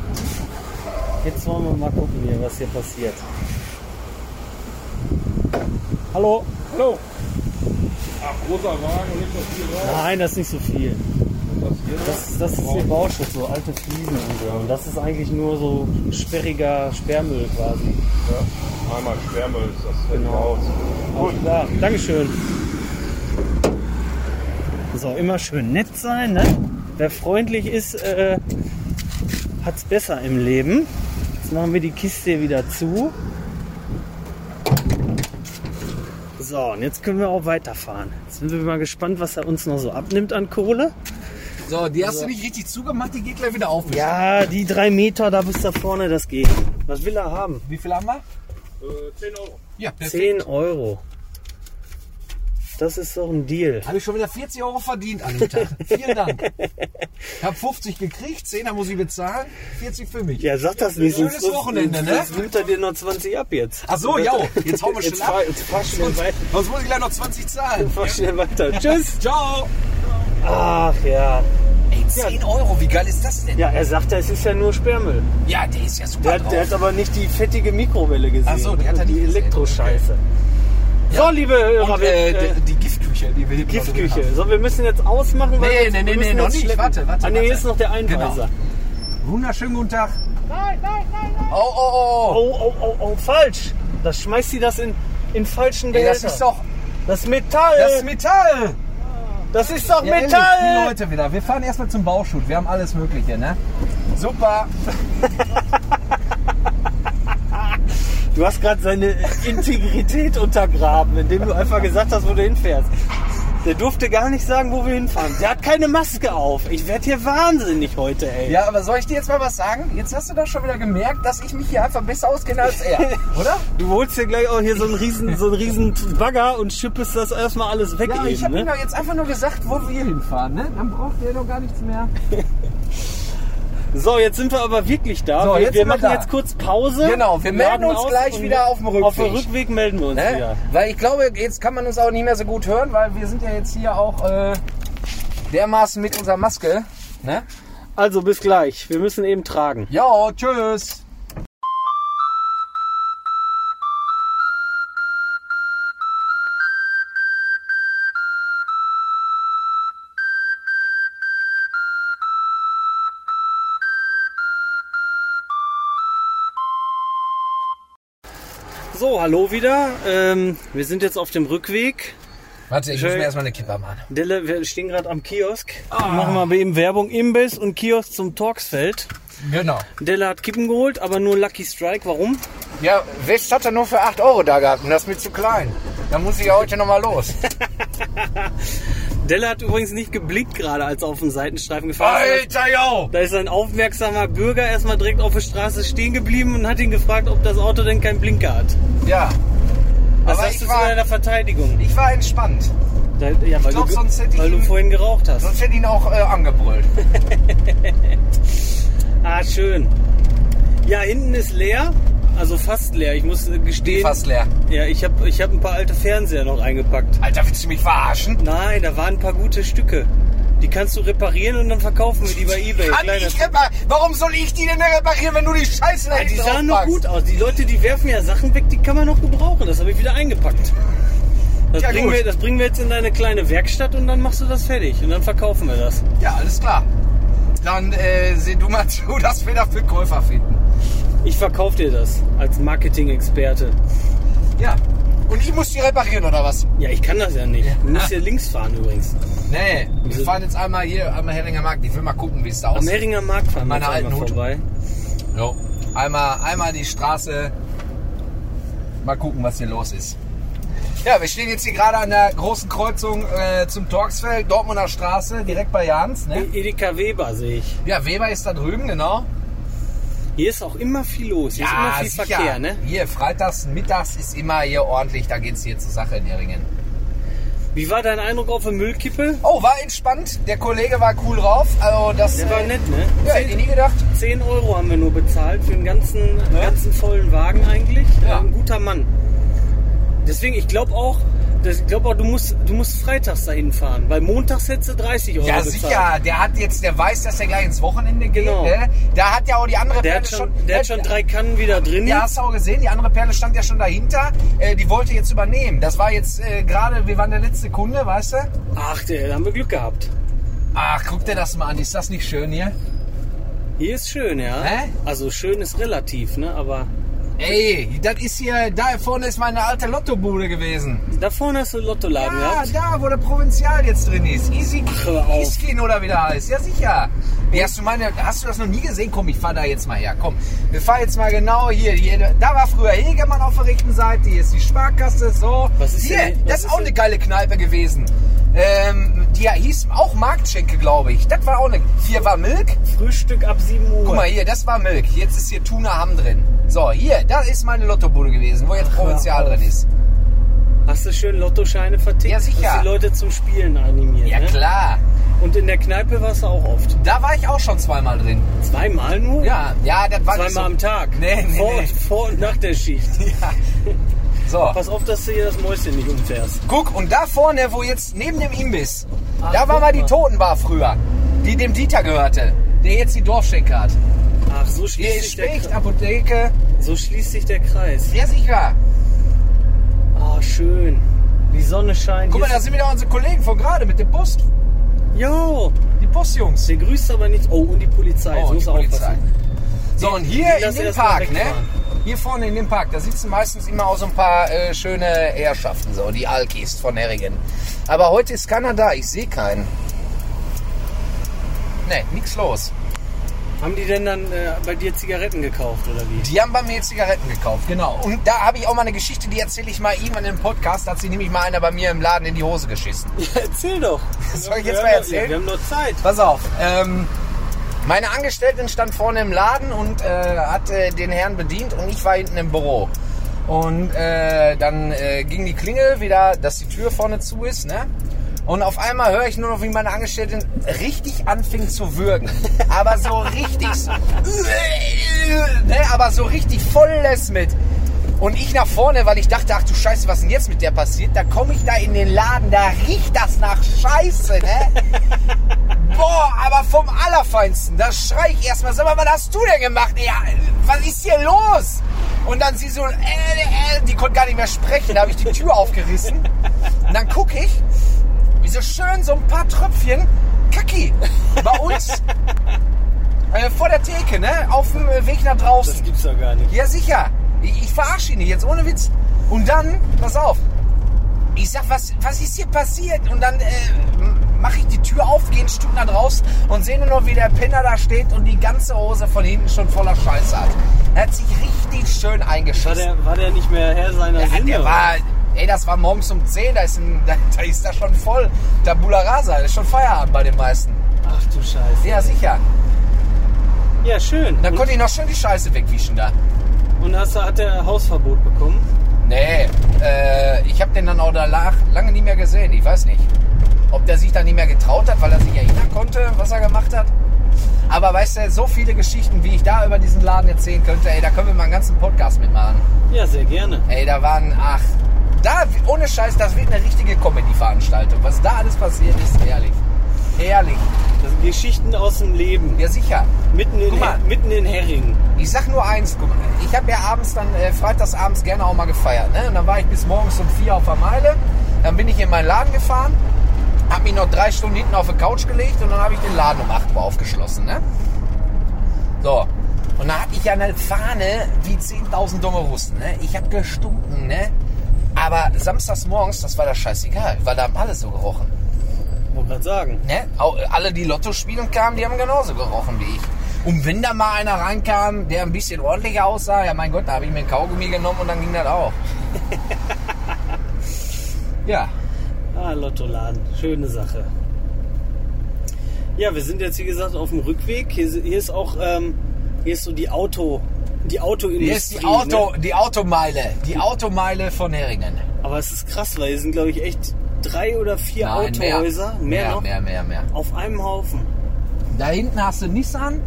Jetzt wollen wir mal gucken hier, was hier passiert. Hallo?
Hallo. Ach, großer Wagen, nicht das hier drauf.
Nein, das ist nicht so viel.
Und das hier drauf.
Das, das ist hier Bauschutz, so alte Fliesen und so. Und das ist eigentlich nur so sperriger Sperrmüll quasi.
Ja. Einmal Schwermüll ist das fällt
Genau.
raus.
Alles klar, Dankeschön. So, immer schön nett sein, ne? Wer freundlich ist, äh, hat's besser im Leben. Jetzt machen wir die Kiste wieder zu. So, und jetzt können wir auch weiterfahren. Jetzt sind wir mal gespannt, was er uns noch so abnimmt an Kohle.
So, die hast du nicht richtig zugemacht, die geht gleich wieder auf.
Ja, die drei Meter da bis da vorne, das geht. Was will er haben?
Wie viel haben wir?
Äh, 10 Euro.
Ja, perfekt.
10 Euro. Das ist doch ein Deal.
Habe ich schon wieder 40 Euro verdient an dem Tag. Vielen Dank. Ich habe 50 gekriegt, 10er muss ich bezahlen, 40 für mich.
Ja, sag das nicht.
Schönes
sonst-
Wochenende, ne?
Sonst nimmt er dir noch 20 ab jetzt.
Ach so, ja, jetzt hauen wir schnell
Jetzt
ab.
fahr, jetzt fahr schnell weiter.
Sonst muss ich gleich noch 20 zahlen.
Fahr schnell weiter. Tschüss.
Ciao.
Ach ja.
Ey, 10 Euro, wie geil ist das denn?
Ja, er sagt, es ist ja nur Sperrmüll.
Ja, der ist ja
Der,
super
hat- der
drauf.
hat aber nicht die fettige Mikrowelle gesehen.
Ach so, die hat er
die
nicht gesehen.
Elektroscheiße. So, liebe Hörer,
Und
wir,
äh,
äh,
die, die Giftküche, die wir hier
Giftküche. So, wir müssen jetzt ausmachen,
Nee,
weil wir-
nee,
wir
nee,
müssen
nee, noch
jetzt
nicht.
schleppen.
Warte, warte,
Ah,
warte.
nee,
Genau.
hier ist noch der Einweiser.
Wunderschönen guten Tag. Nein, nein, nein, nein. Oh, oh, oh.
Oh, oh, oh, oh, falsch. Das schmeißt sie das in, in falschen
Ey,
Behälter.
das ist doch
Das Metall.
das Metall.
Das ist doch
Ja, ehrlich,
Äh, Metall.
die Leute wieder. Wir fahren erstmal zum Bauschutt. Wir haben alles Mögliche, ne? Super.
Du hast gerade seine [LAUGHS] Integrität untergraben, indem du einfach gesagt hast, wo du hinfährst. Der durfte gar nicht sagen, wo wir hinfahren. Der hat keine Maske auf. Ich werde hier wahnsinnig heute, ey.
Ja, aber soll ich dir jetzt mal was sagen? Jetzt hast du doch schon wieder gemerkt, dass ich mich hier einfach besser auskenne als
[LAUGHS]
er, oder?
Du holst dir gleich auch hier so einen riesen, so einen riesen Bagger und schippest das erstmal alles weg.
Ja, ich halt-
eben,
habe ihm
ne?
doch jetzt einfach nur gesagt, wo wir hinfahren, ne? Dann braucht er doch gar nichts mehr.
So, jetzt sind wir aber wirklich da.
So,
wir
jetzt sind
wir
wir
machen
da.
jetzt kurz Pause.
Genau, wir melden
laden
uns
aus
gleich
und
wieder auf dem
Auf dem
Rückweg.
Rückweg melden wir uns
Ne?
wieder.
Weil ich glaube, jetzt kann man uns auch nicht mehr so gut hören, weil wir sind ja jetzt hier auch äh, dermaßen mit unserer Maske. Ne?
Also bis gleich. Wir müssen eben tragen.
Jo, tschüss.
So, hallo wieder. Ähm, wir sind jetzt auf dem Rückweg.
Warte, ich
Schön.
muss mir erstmal eine Kippe machen.
Dille, wir stehen gerade am Kiosk.
Ah.
Machen wir bei ihm Werbung. Imbiss und Kiosk zum Torxfeld.
Genau.
Dille hat Kippen geholt, aber nur Lucky Strike. Warum?
Ja, West hat er nur für 8 Euro da gehabt und das ist mir zu klein. Da muss ich ja heute nochmal los.
Dille hat übrigens nicht geblickt gerade, als er auf den Seitenstreifen gefahren
[LAUGHS]
ist.
Alter, yo!
Da ist ein aufmerksamer Bürger erstmal direkt auf der Straße stehen geblieben und hat ihn gefragt, ob das Auto denn keinen Blinker hat.
Ja.
Was
Aber
sagst du
ich
zu
war-
deiner Verteidigung?
Ich war entspannt.
Da, ja, weil,
glaub,
du,
sonst hätte ich
weil du
ihm-
vorhin geraucht hast.
Sonst hätte ich ihn auch äh, angebrüllt.
Ah, schön. Ja, hinten ist leer. Also fast leer. Ich muss äh, gestehen.
Fast leer.
Ja, ich habe ich hab ein paar alte Fernseher noch eingepackt.
Alter, willst du mich verarschen?
Nein, da waren ein paar gute Stücke. Die kannst du reparieren und dann verkaufen wir die bei Ebay.
Kann
Kleine-
ich repar- Warum soll ich die denn reparieren, wenn du die Scheiße da
Ja, Ah, die
hinten
sahen noch
draufpackst?
gut aus. Die Leute, die werfen ja Sachen weg, die kann man noch gebrauchen. Das habe ich wieder eingepackt. Das,
Ja,
bringen
gut.
wir, das bringen wir jetzt in deine kleine Werkstatt und dann machst du das fertig. Und dann verkaufen wir das.
Ja, alles klar. Dann äh, seh du mal [LAUGHS] zu, dass wir dafür Käufer finden.
Ich verkaufe dir das als Marketing-Experte.
Ja. Und ich muss die reparieren, oder was?
Ja, ich kann das ja nicht. Du musst hier links fahren übrigens.
Nee,
Wieso?
wir fahren jetzt einmal hier, einmal Heringer Markt. Ich will mal gucken, wie es da
Am
aussieht.
Heringer Markt fahren wir
Meine
jetzt einmal
alten Hut.
vorbei.
Jo. Einmal, einmal die Straße. Mal gucken, was hier los ist. Ja, wir stehen jetzt hier gerade an der großen Kreuzung äh, zum Torxfeld, Dortmunder Straße, direkt bei Jans. Ne?
E- Edeka Weber sehe ich.
Ja, Weber ist da drüben, genau.
Hier ist auch immer viel los. Hier ist immer viel
sicher.
Verkehr, ne?
Hier, freitags, mittags ist immer hier ordentlich, da geht's hier zur Sache in Heringen.
Wie war dein Eindruck auf der Müllkippe?
Oh, war entspannt, der Kollege war cool drauf, also das...
Der war
äh,
nett, ne?
Ja, hätte ich nie gedacht.
10 Euro haben wir nur bezahlt für einen ganzen, ganzen vollen Wagen eigentlich. Ähm,
Ja.
Ein guter Mann. Deswegen, ich glaube auch, das, ich glaube auch, du musst, du musst freitags dahin fahren, weil montags hättest du 30 Euro
Ja,
bezahlt.
sicher. Der hat jetzt, der weiß, dass er gleich ins Wochenende geht.
Genau.
Ne? Da hat ja auch die andere
Der
Perle
hat schon, der hat schon drei Kannen wieder drin.
Ja, hast du auch gesehen. Die andere Perle stand ja schon dahinter. Äh, die wollte jetzt übernehmen. Das war jetzt äh, gerade, wir waren der letzte Kunde, weißt du?
Ach, der, da haben wir Glück gehabt.
Ach, guck dir das mal an. Ist das nicht schön hier?
Hier ist schön, ja.
Hä?
Also schön ist relativ, ne? Aber
Ey, das ist hier, da vorne ist meine alte Lottobude gewesen.
da vorne hast du einen Lottoladen
Ja,
gehabt.
Ah, da, wo der Provinzial jetzt drin ist. Easy,
hör auf.
Iskin oder wie der heißt. Ja, sicher. Wie hast du meine, hast du das noch nie gesehen? Komm, ich fahr da jetzt mal her. Komm, wir fahren jetzt mal genau hier. hier da war früher Hegemann auf der rechten Seite. Hier ist die Sparkasse. So.
Was ist
hier,
denn- was
das ist
ist
auch
denn-
eine geile Kneipe gewesen. Ähm, die hieß auch Marktschenke, glaube ich. Das war auch eine. Hier war Milk.
Frühstück ab 7 Uhr.
Guck mal hier, das war Milk. Jetzt ist hier Tuna Hamm drin. So, hier, da ist meine Lottobude gewesen, wo jetzt
Ach, hör
Provinzial
auf.
drin ist.
Hast du schön Lottoscheine vertickt?
Ja, sicher.
Hast die Leute zum Spielen animiert,
Ja,
ne?
klar.
Und in der Kneipe warst du auch oft.
Da war ich auch schon zweimal drin.
Zweimal nur?
Ja, ja, das war
Zweimal
nicht so.
am Tag.
Nee, nee,
vor,
nee.
vor und nach der Schicht.
So,
Pass auf, dass du hier das Mäuschen nicht umfährst.
guck, und da vorne, wo jetzt neben dem Imbiss,
Ah,
da war
guck
mal die
mal.
Totenbar früher, die dem Dieter gehörte, der jetzt die Dorfschenke hat.
Ach, so
Hier
schließt,
ist
sich der,
Specht,
Kre-
Apotheke.
so schließt sich der Kreis.
Ja, sicher.
Ah, schön. Die Sonne scheint.
Guck mal,
Hier
da sind wieder unsere Kollegen von gerade mit dem Post,
ist- Jo!
die Postjungs.
Der grüßt aber nicht. Oh, und die Polizei. Jetzt
Oh,
muss
die
er
Polizei.
aufpassen.
So, und hier
die
in
lassen
dem
erst mal
Park, ne?
wegfahren.
Hier vorne in dem Park, da sitzen meistens immer auch so ein paar äh, schöne Herrschaften, so die Alkis von Herringen. Aber heute ist keiner da, ich sehe keinen. Ne, nix los.
Haben die denn dann äh, bei dir Zigaretten gekauft oder
[LAUGHS]
wie?
Die haben bei mir Zigaretten gekauft, genau. Und da habe ich auch mal eine Geschichte, die erzähle ich mal ihm an dem Podcast. Da hat sich nämlich mal einer bei mir im Laden in die Hose geschissen.
erzähl doch.
Soll ich jetzt
Wir
mal
haben-
erzählen?
Wir haben noch Zeit.
Pass auf, ähm, meine Angestellten stand vorne im Laden und äh, hat äh, den Herrn bedient und ich war hinten im Büro. Und äh, dann äh, ging die Klingel wieder, dass die Tür vorne zu ist, ne? Und auf einmal höre ich nur noch, wie meine Angestellten richtig anfing zu würgen. [LAUGHS] Aber so richtig, so, [LAUGHS] ne? aber so richtig volles mit. Und ich nach vorne, weil ich dachte, ach du Scheiße, was ist denn jetzt mit der passiert? Da komme ich da in den Laden, da riecht das nach Scheiße, ne? Boah, aber vom Allerfeinsten. Da schrei ich erstmal. Sag mal, was hast du denn gemacht? Ja, was ist hier los? Und dann sie so, äh, äh, die konnte gar nicht mehr sprechen. Da habe ich die Tür aufgerissen. Und dann gucke ich, wie so schön so ein paar Tröpfchen Kacki bei uns äh, vor der Theke, ne? Auf dem äh, Weg nach draußen.
Das gibt's doch gar nicht.
Ja, sicher. Ich, ich verarsche ihn nicht, jetzt ohne Witz. Und dann, pass auf. Ich sag, was, was ist hier passiert? Und dann äh, mache ich die Tür auf, gehe ein Stück nach draußen und sehe nur noch, wie der Penner da steht und die ganze Hose von hinten schon voller Scheiße hat. Er hat sich richtig schön
War
eingeschissen.
der, war der nicht mehr Herr seiner
Der,
Sinne?
der war, ey, das war morgens um 10, da ist, ein, [LAUGHS] da, da ist das schon voll. Tabula rasa, da ist schon Feierabend bei den meisten.
Ach du Scheiße.
Ja, sicher.
Ja, schön.
Dann
Und,
konnte ich noch schön die Scheiße wegwischen da.
und hast, du- hat er Hausverbot bekommen?
Nee, äh, ich habe den dann auch danach lange nicht mehr gesehen. Ich weiß nicht, ob der sich dann nicht mehr getraut hat, weil er sich erinnern konnte, was er gemacht hat. Aber weißt du, so viele Geschichten, wie ich da über diesen Laden erzählen könnte, ey, da können wir mal einen ganzen Podcast mitmachen.
Ja, sehr gerne.
Ey, da waren, ach, da, ohne Scheiß, das wird eine richtige Comedy-Veranstaltung. Was da alles passiert ist, herrlich. Herrlich.
Das sind Geschichten aus dem Leben.
Ja, sicher.
Mitten in,
Guck mal.
Her- mitten in Herring.
Ich sag nur eins, guck mal, ich habe ja abends dann, äh, freitags abends gerne auch mal gefeiert. Ne? Und dann war ich bis morgens um vier auf der Meile. Dann bin ich in meinen Laden gefahren, habe mich noch drei Stunden hinten auf die Couch gelegt und dann habe ich den Laden um 8 Uhr aufgeschlossen. Ne? So. Und da hatte ich ja eine Fahne wie 10.000 dumme Russen. Ne? Ich habe gestunken, ne? Aber samstags morgens, das war das scheißegal, weil da haben alle so gerochen.
Wollte gerade sagen.
Ne? Au- Alle, die Lotto spielen kamen, die haben genauso gerochen wie ich. Und wenn da mal einer reinkam, der ein bisschen ordentlicher aussah, ja mein Gott, da habe ich mir einen Kaugummi genommen und dann ging das
[LAUGHS]
auch. ja.
Ah, Lottoladen. Schöne Sache. Ja, wir sind jetzt, wie gesagt, auf dem Rückweg. Hier, si- hier ist auch, ähm, hier ist so die Auto, die Autoindustrie.
Hier ist die, Auto,
Ne?
die Automeile. Die Automeile von Heringen.
Aber es ist krass, weil hier sind, glaube ich, echt drei oder vier Autohäuser.
Mehr,
noch?
mehr, mehr, mehr.
Auf einem Haufen.
Da hinten hast du Nissan,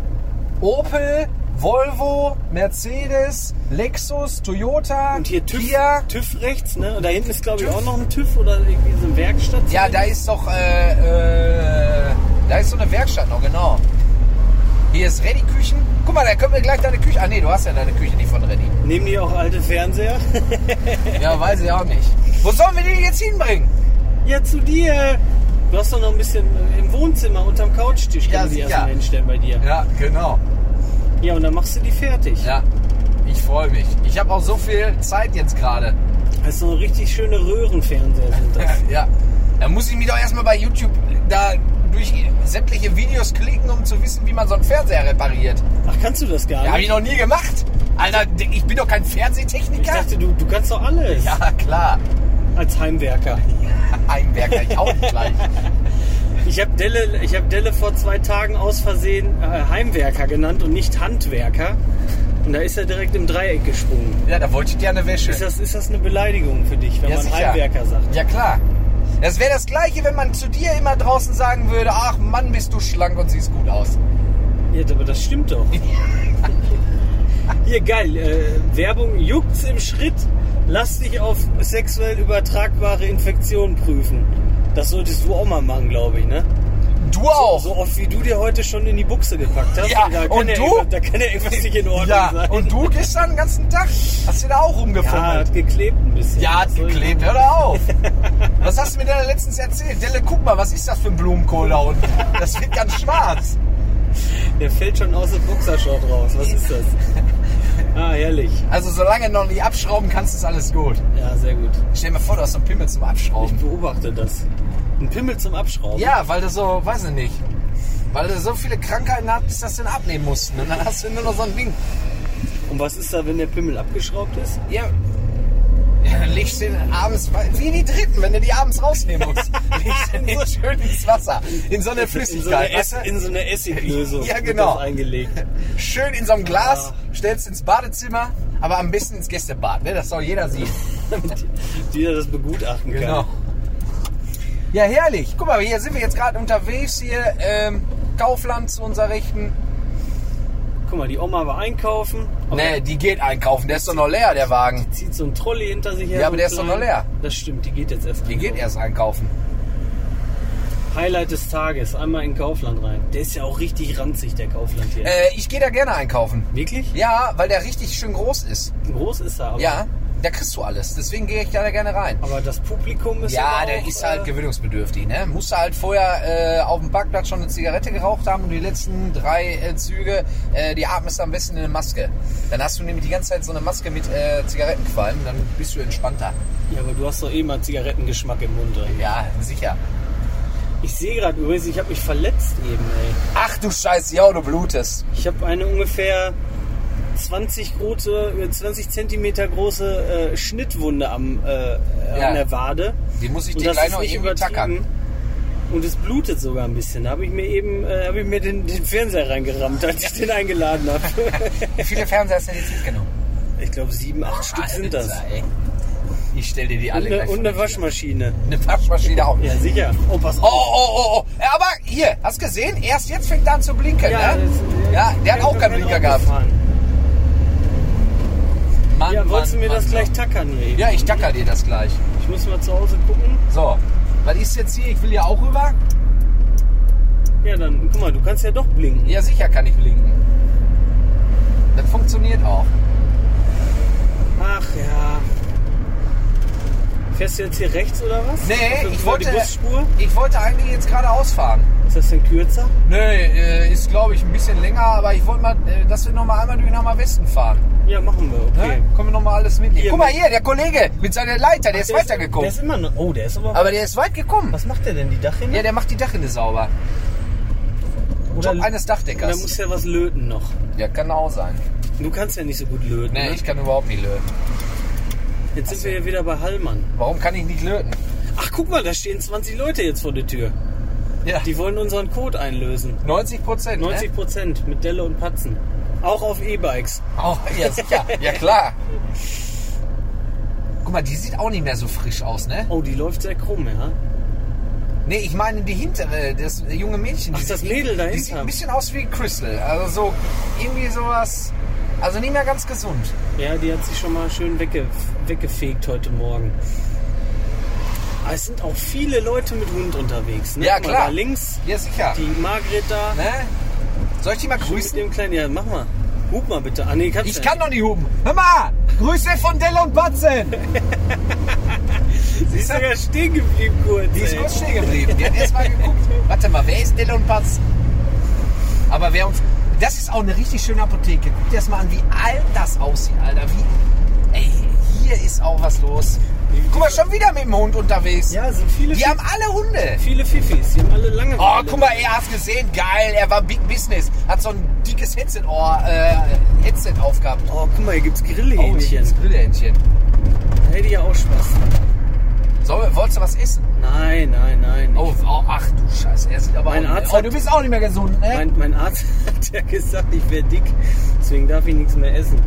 Opel, Volvo, Mercedes, Lexus, Toyota,
Und hier TÜV,
Kia.
TÜV rechts, ne? Und da hinten ist, glaube ich,
TÜV.
auch noch ein TÜV oder irgendwie so eine Werkstatt.
Ja, da ist doch, äh, äh, da ist so eine Werkstatt noch, genau. Hier ist Reddy Küchen. Guck mal, da können wir gleich deine Küche. Ah nee, du hast ja deine Küche nicht von Reddy.
Nehmen die auch alte Fernseher?
Ja, weiß ich auch nicht. Wo sollen wir die jetzt hinbringen?
ja, zu dir. Du hast doch noch ein bisschen äh, im Wohnzimmer unterm Couchtisch.
Ja,
können die
sicher.
erstmal hinstellen bei dir.
Ja, genau.
Ja, und dann machst du die fertig.
Ja, ich freue mich. Ich habe auch so viel Zeit jetzt gerade. [LAUGHS]
Das ist so richtig schöne Röhrenfernseher sind das.
Ja. Da muss ich mich doch erstmal bei YouTube da durch sämtliche Videos klicken, um zu wissen, wie man so einen Fernseher repariert.
Ach, kannst du das gar
Ja, habe ich
nicht?
noch nie gemacht. Alter, ich bin doch kein Fernsehtechniker.
ich dachte, du, du kannst doch alles.
ja, klar. [LAUGHS]
Als Heimwerker.
Heimwerker, ich auch nicht
[LAUGHS]
gleich.
Ich habe Delle, ich hab Delle vor zwei Tagen aus Versehen äh, Heimwerker genannt und nicht Handwerker. Und da ist er direkt im Dreieck gesprungen.
Ja, da wollte ich dir eine Wäsche.
Ist das, ist das eine Beleidigung für dich, wenn
ja,
man
sicher.
Heimwerker sagt?
Ja, klar. Das wäre das Gleiche, wenn man zu dir immer draußen sagen würde, ach Mann, bist du schlank und siehst gut aus.
Ja, aber das stimmt doch. Hier, geil. Äh, Werbung juckt's im Schritt. Lass dich auf sexuell übertragbare Infektionen prüfen. Das solltest du auch mal machen, glaube ich, ne?
Du auch.
So oft wie du dir heute schon in die Buchse gepackt hast.
Ja,
da kann
und
ja
du?
irgendwas- Da kann ja irgendwas nicht in Ordnung
ja,
sein.
und du gestern den ganzen Tag hast du da auch
Ja,
rumgefummelt.
hat geklebt ein bisschen.
Ja,
Was
hat
soll ich
geklebt. Hör
machen?
doch
[LAUGHS]
auf. Was hast du mir denn letztens erzählt? Delle, guck mal, was ist das für ein Blumenkohl da unten? Das wird ganz schwarz.
Der fällt schon aus dem Boxershort raus. Was
[LAUGHS]
ist das? Ah, herrlich.
Also solange du noch nicht abschrauben kannst, ist alles gut.
Ja, sehr gut.
Stell dir mal vor, du hast so einen Pimmel zum
Ich
Abschrauben.
beobachte das. Ein Pimmel zum Abschrauben.
Ja, weil du so, weiß ich nicht, weil du so viele Krankheiten hattest, dass du ihn abnehmen mussten. Und dann hast du nur noch so ein Ding.
Und was ist da, wenn der Pimmel abgeschraubt ist?
Ja, [LAUGHS] ja dann legst du ihn abends, wie die Dritten, wenn du die abends rausnehmen [LAUGHS] musst. legst du ihn schön ins Wasser, in so eine
In so eine,
Flüssigkeit.
Ess
weißt du?
in so eine
[LAUGHS]
Essiglösung.
Ja,
wird
genau.
das Eingelegt. [LAUGHS]
schön in so Genau. einem Glas,
Ah.
stellst ins Badezimmer, aber am besten ins Gästebad, ne? das soll jeder [LAUGHS] sehen.
Damit jeder das begutachten kann.
Genau. Ja, herrlich. Guck mal, hier sind wir jetzt gerade unterwegs, hier ähm, Kaufland zu unserer Rechten.
Guck mal, die Oma war einkaufen. aber
Ne, die geht einkaufen, der ist doch noch leer, der Wagen.
Zieht so einen Trolley hinter sich her.
Ja,
so
aber der ist doch
klein.
noch leer.
Das stimmt, die geht jetzt erst
Die geht
einkaufen.
erst einkaufen.
Highlight des Tages, einmal in Kaufland rein. Der ist ja auch richtig ranzig, der Kaufland hier.
Äh, ich gehe da gerne einkaufen.
Wirklich?
Ja, weil der richtig schön groß ist.
Groß ist er, aber,
Ja, da kriegst du alles. Deswegen gehe ich da gerne rein.
aber das Publikum ist
Ja,
aber
der
auch,
ist halt
äh,
gewöhnungsbedürftig. Ne? Musste halt vorher äh, auf dem Parkplatz schon eine Zigarette geraucht haben und die letzten drei äh, Züge, äh, die atmest du am besten in eine Maske. Dann hast du nämlich die ganze Zeit so eine Maske mit äh, Zigarettenqualm, dann bist du entspannter.
Ja, aber du hast doch eh mal Zigarettengeschmack im Mund. Ey.
Ja, sicher.
Ich sehe gerade übrigens, ich habe mich verletzt eben. Ey.
Ach du Scheiße, ja, du blutest.
Ich habe eine ungefähr 20 große, 20 Zentimeter große äh, Schnittwunde am äh,
Ja.
an der Wade.
Die muss ich
Und
dir
das
gleich
ist
noch
nicht
irgendwie tackern.
übertrieben. Und es blutet sogar ein bisschen. Da habe ich mir eben, äh, habe ich mir den, den Fernseher reingerammt, als ich den eingeladen habe.
Wie viele Fernseher hast du denn jetzt mitgenommen?
[LAUGHS] Ich glaube, sieben, acht Stück sind das.
Alter, ey. Ich stell dir die
Und
alle
eine,
gleich
und
vor.
eine Waschmaschine.
Eine Waschmaschine auch.
Ja, sicher. Oh, pass
Oh,
auf.
oh, oh, oh. Ja, Aber hier, hast gesehen? Erst jetzt fängt er an zu blinken,
Ja,
ne?
das-
ja, der hat auch
Ich
keinen
bin
Blinker
auch
gehabt.
gefahren.
Mann,
Ja, wolltest du
Mann,
mir
Mann,
das gleich
Mann.
tackern hier eben?
Ja, ich tacker dir das gleich.
Ich muss mal zu Hause gucken.
So, was ist jetzt hier? Ich will ja auch rüber.
Ja, dann, guck mal, du kannst ja doch blinken.
Ja, sicher kann ich blinken. Das funktioniert auch.
Ach ja. Fährst du jetzt hier rechts oder was?
Nee,
Für-
ich
für
wollte-
Die Busspur?
Ich wollte eigentlich jetzt geradeaus fahren.
Ist das denn kürzer?
Nö, äh, ist glaube ich ein bisschen länger, aber ich wollte mal, äh, dass wir nochmal einmal durch Hammer Westen fahren.
Ja, machen wir,
Ne?
okay.
Können wir nochmal alles mitnehmen.
Hier,
Guck mal
mit-
hier, der Kollege mit seiner Leiter, der ist
Der
weitergekommen.
Der ist immer noch. Oh, der ist aber.
aber der ist weit gekommen.
was macht der denn, die Dachrinne?
Ja, der macht die Dachrinne sauber. Job eines
Da
Dachdeckers.
muss ja was löten noch.
Ja, kann auch sein.
Du kannst ja nicht so gut löten.
Nee,
ne?
ich kann überhaupt nicht löten.
Jetzt sind wir ja wieder bei Hallmann.
Warum kann ich nicht löten?
Ach, guck mal, da stehen 20 Leute jetzt vor der Tür.
Ja.
Die wollen unseren Code einlösen.
90 Prozent. ne?
90 Prozent mit Delle und Patzen. Auch auf E-Bikes.
Oh, ja, sicher. Ja, klar. Guck mal, die sieht auch nicht mehr so frisch aus, ne?
Oh, die läuft sehr krumm, ja.
Nee, ich meine die hintere, das junge Mädchen.
Ach,
die
das
sieht- Die
Mädel
sieht
dahinter.
ein bisschen aus wie Crystal. Also so irgendwie sowas. Also nicht mehr ganz gesund.
Ja, die hat sich schon mal schön wegge weggefegt heute Morgen. Aber es sind auch viele Leute mit Hund unterwegs. Ne?
Ja,
Guck mal,
klar.
Da links,
Ja, sicher.
die Margret da.
Ne? Soll ich die mal
Grüß
grüßen?
dem kleinen. Ja, mach mal. Hub mal bitte. Ah, nee, kannst
Ich
du
kann
nicht.
doch nicht hupen. Hör mal! Grüße von Dell und Batzen!
Sie ist sogar stehen geblieben kurz.
ne? Die ist
ey.
kurz stehen geblieben. Die hat erst mal geguckt. Warte mal, wer ist Dell und Batzen? Aber wer uns. Das ist auch eine richtig schöne Apotheke. Guck dir das mal an, wie alt das aussieht, Alter. Wie. Ey, hier ist auch was los. Guck mal, schon wieder mit dem Hund unterwegs.
Ja, sind viele,
Die haben alle Hunde.
viele Fifis. Die haben alle lange.
Oh, guck mal, er hat's gesehen. Geil, er war Big Business. Hat so ein dickes Headset-Ohr, äh, Headset aufgehabt.
Oh, guck mal, hier gibt's
Oh, hier
Grillhähnchen.
ist Grillhähnchen.
da hätte ich ja auch Spaß.
So, wolltest du was essen?
Nein, nein, nein.
Oh, oh, ach du Scheiße. Er sieht aber
Mein
auch,
Arzt
oh,
hat-
du bist auch nicht mehr gesund, ne?
Mein, mein Arzt [LAUGHS] hat ja gesagt, ich wäre dick. Deswegen darf ich nichts mehr essen.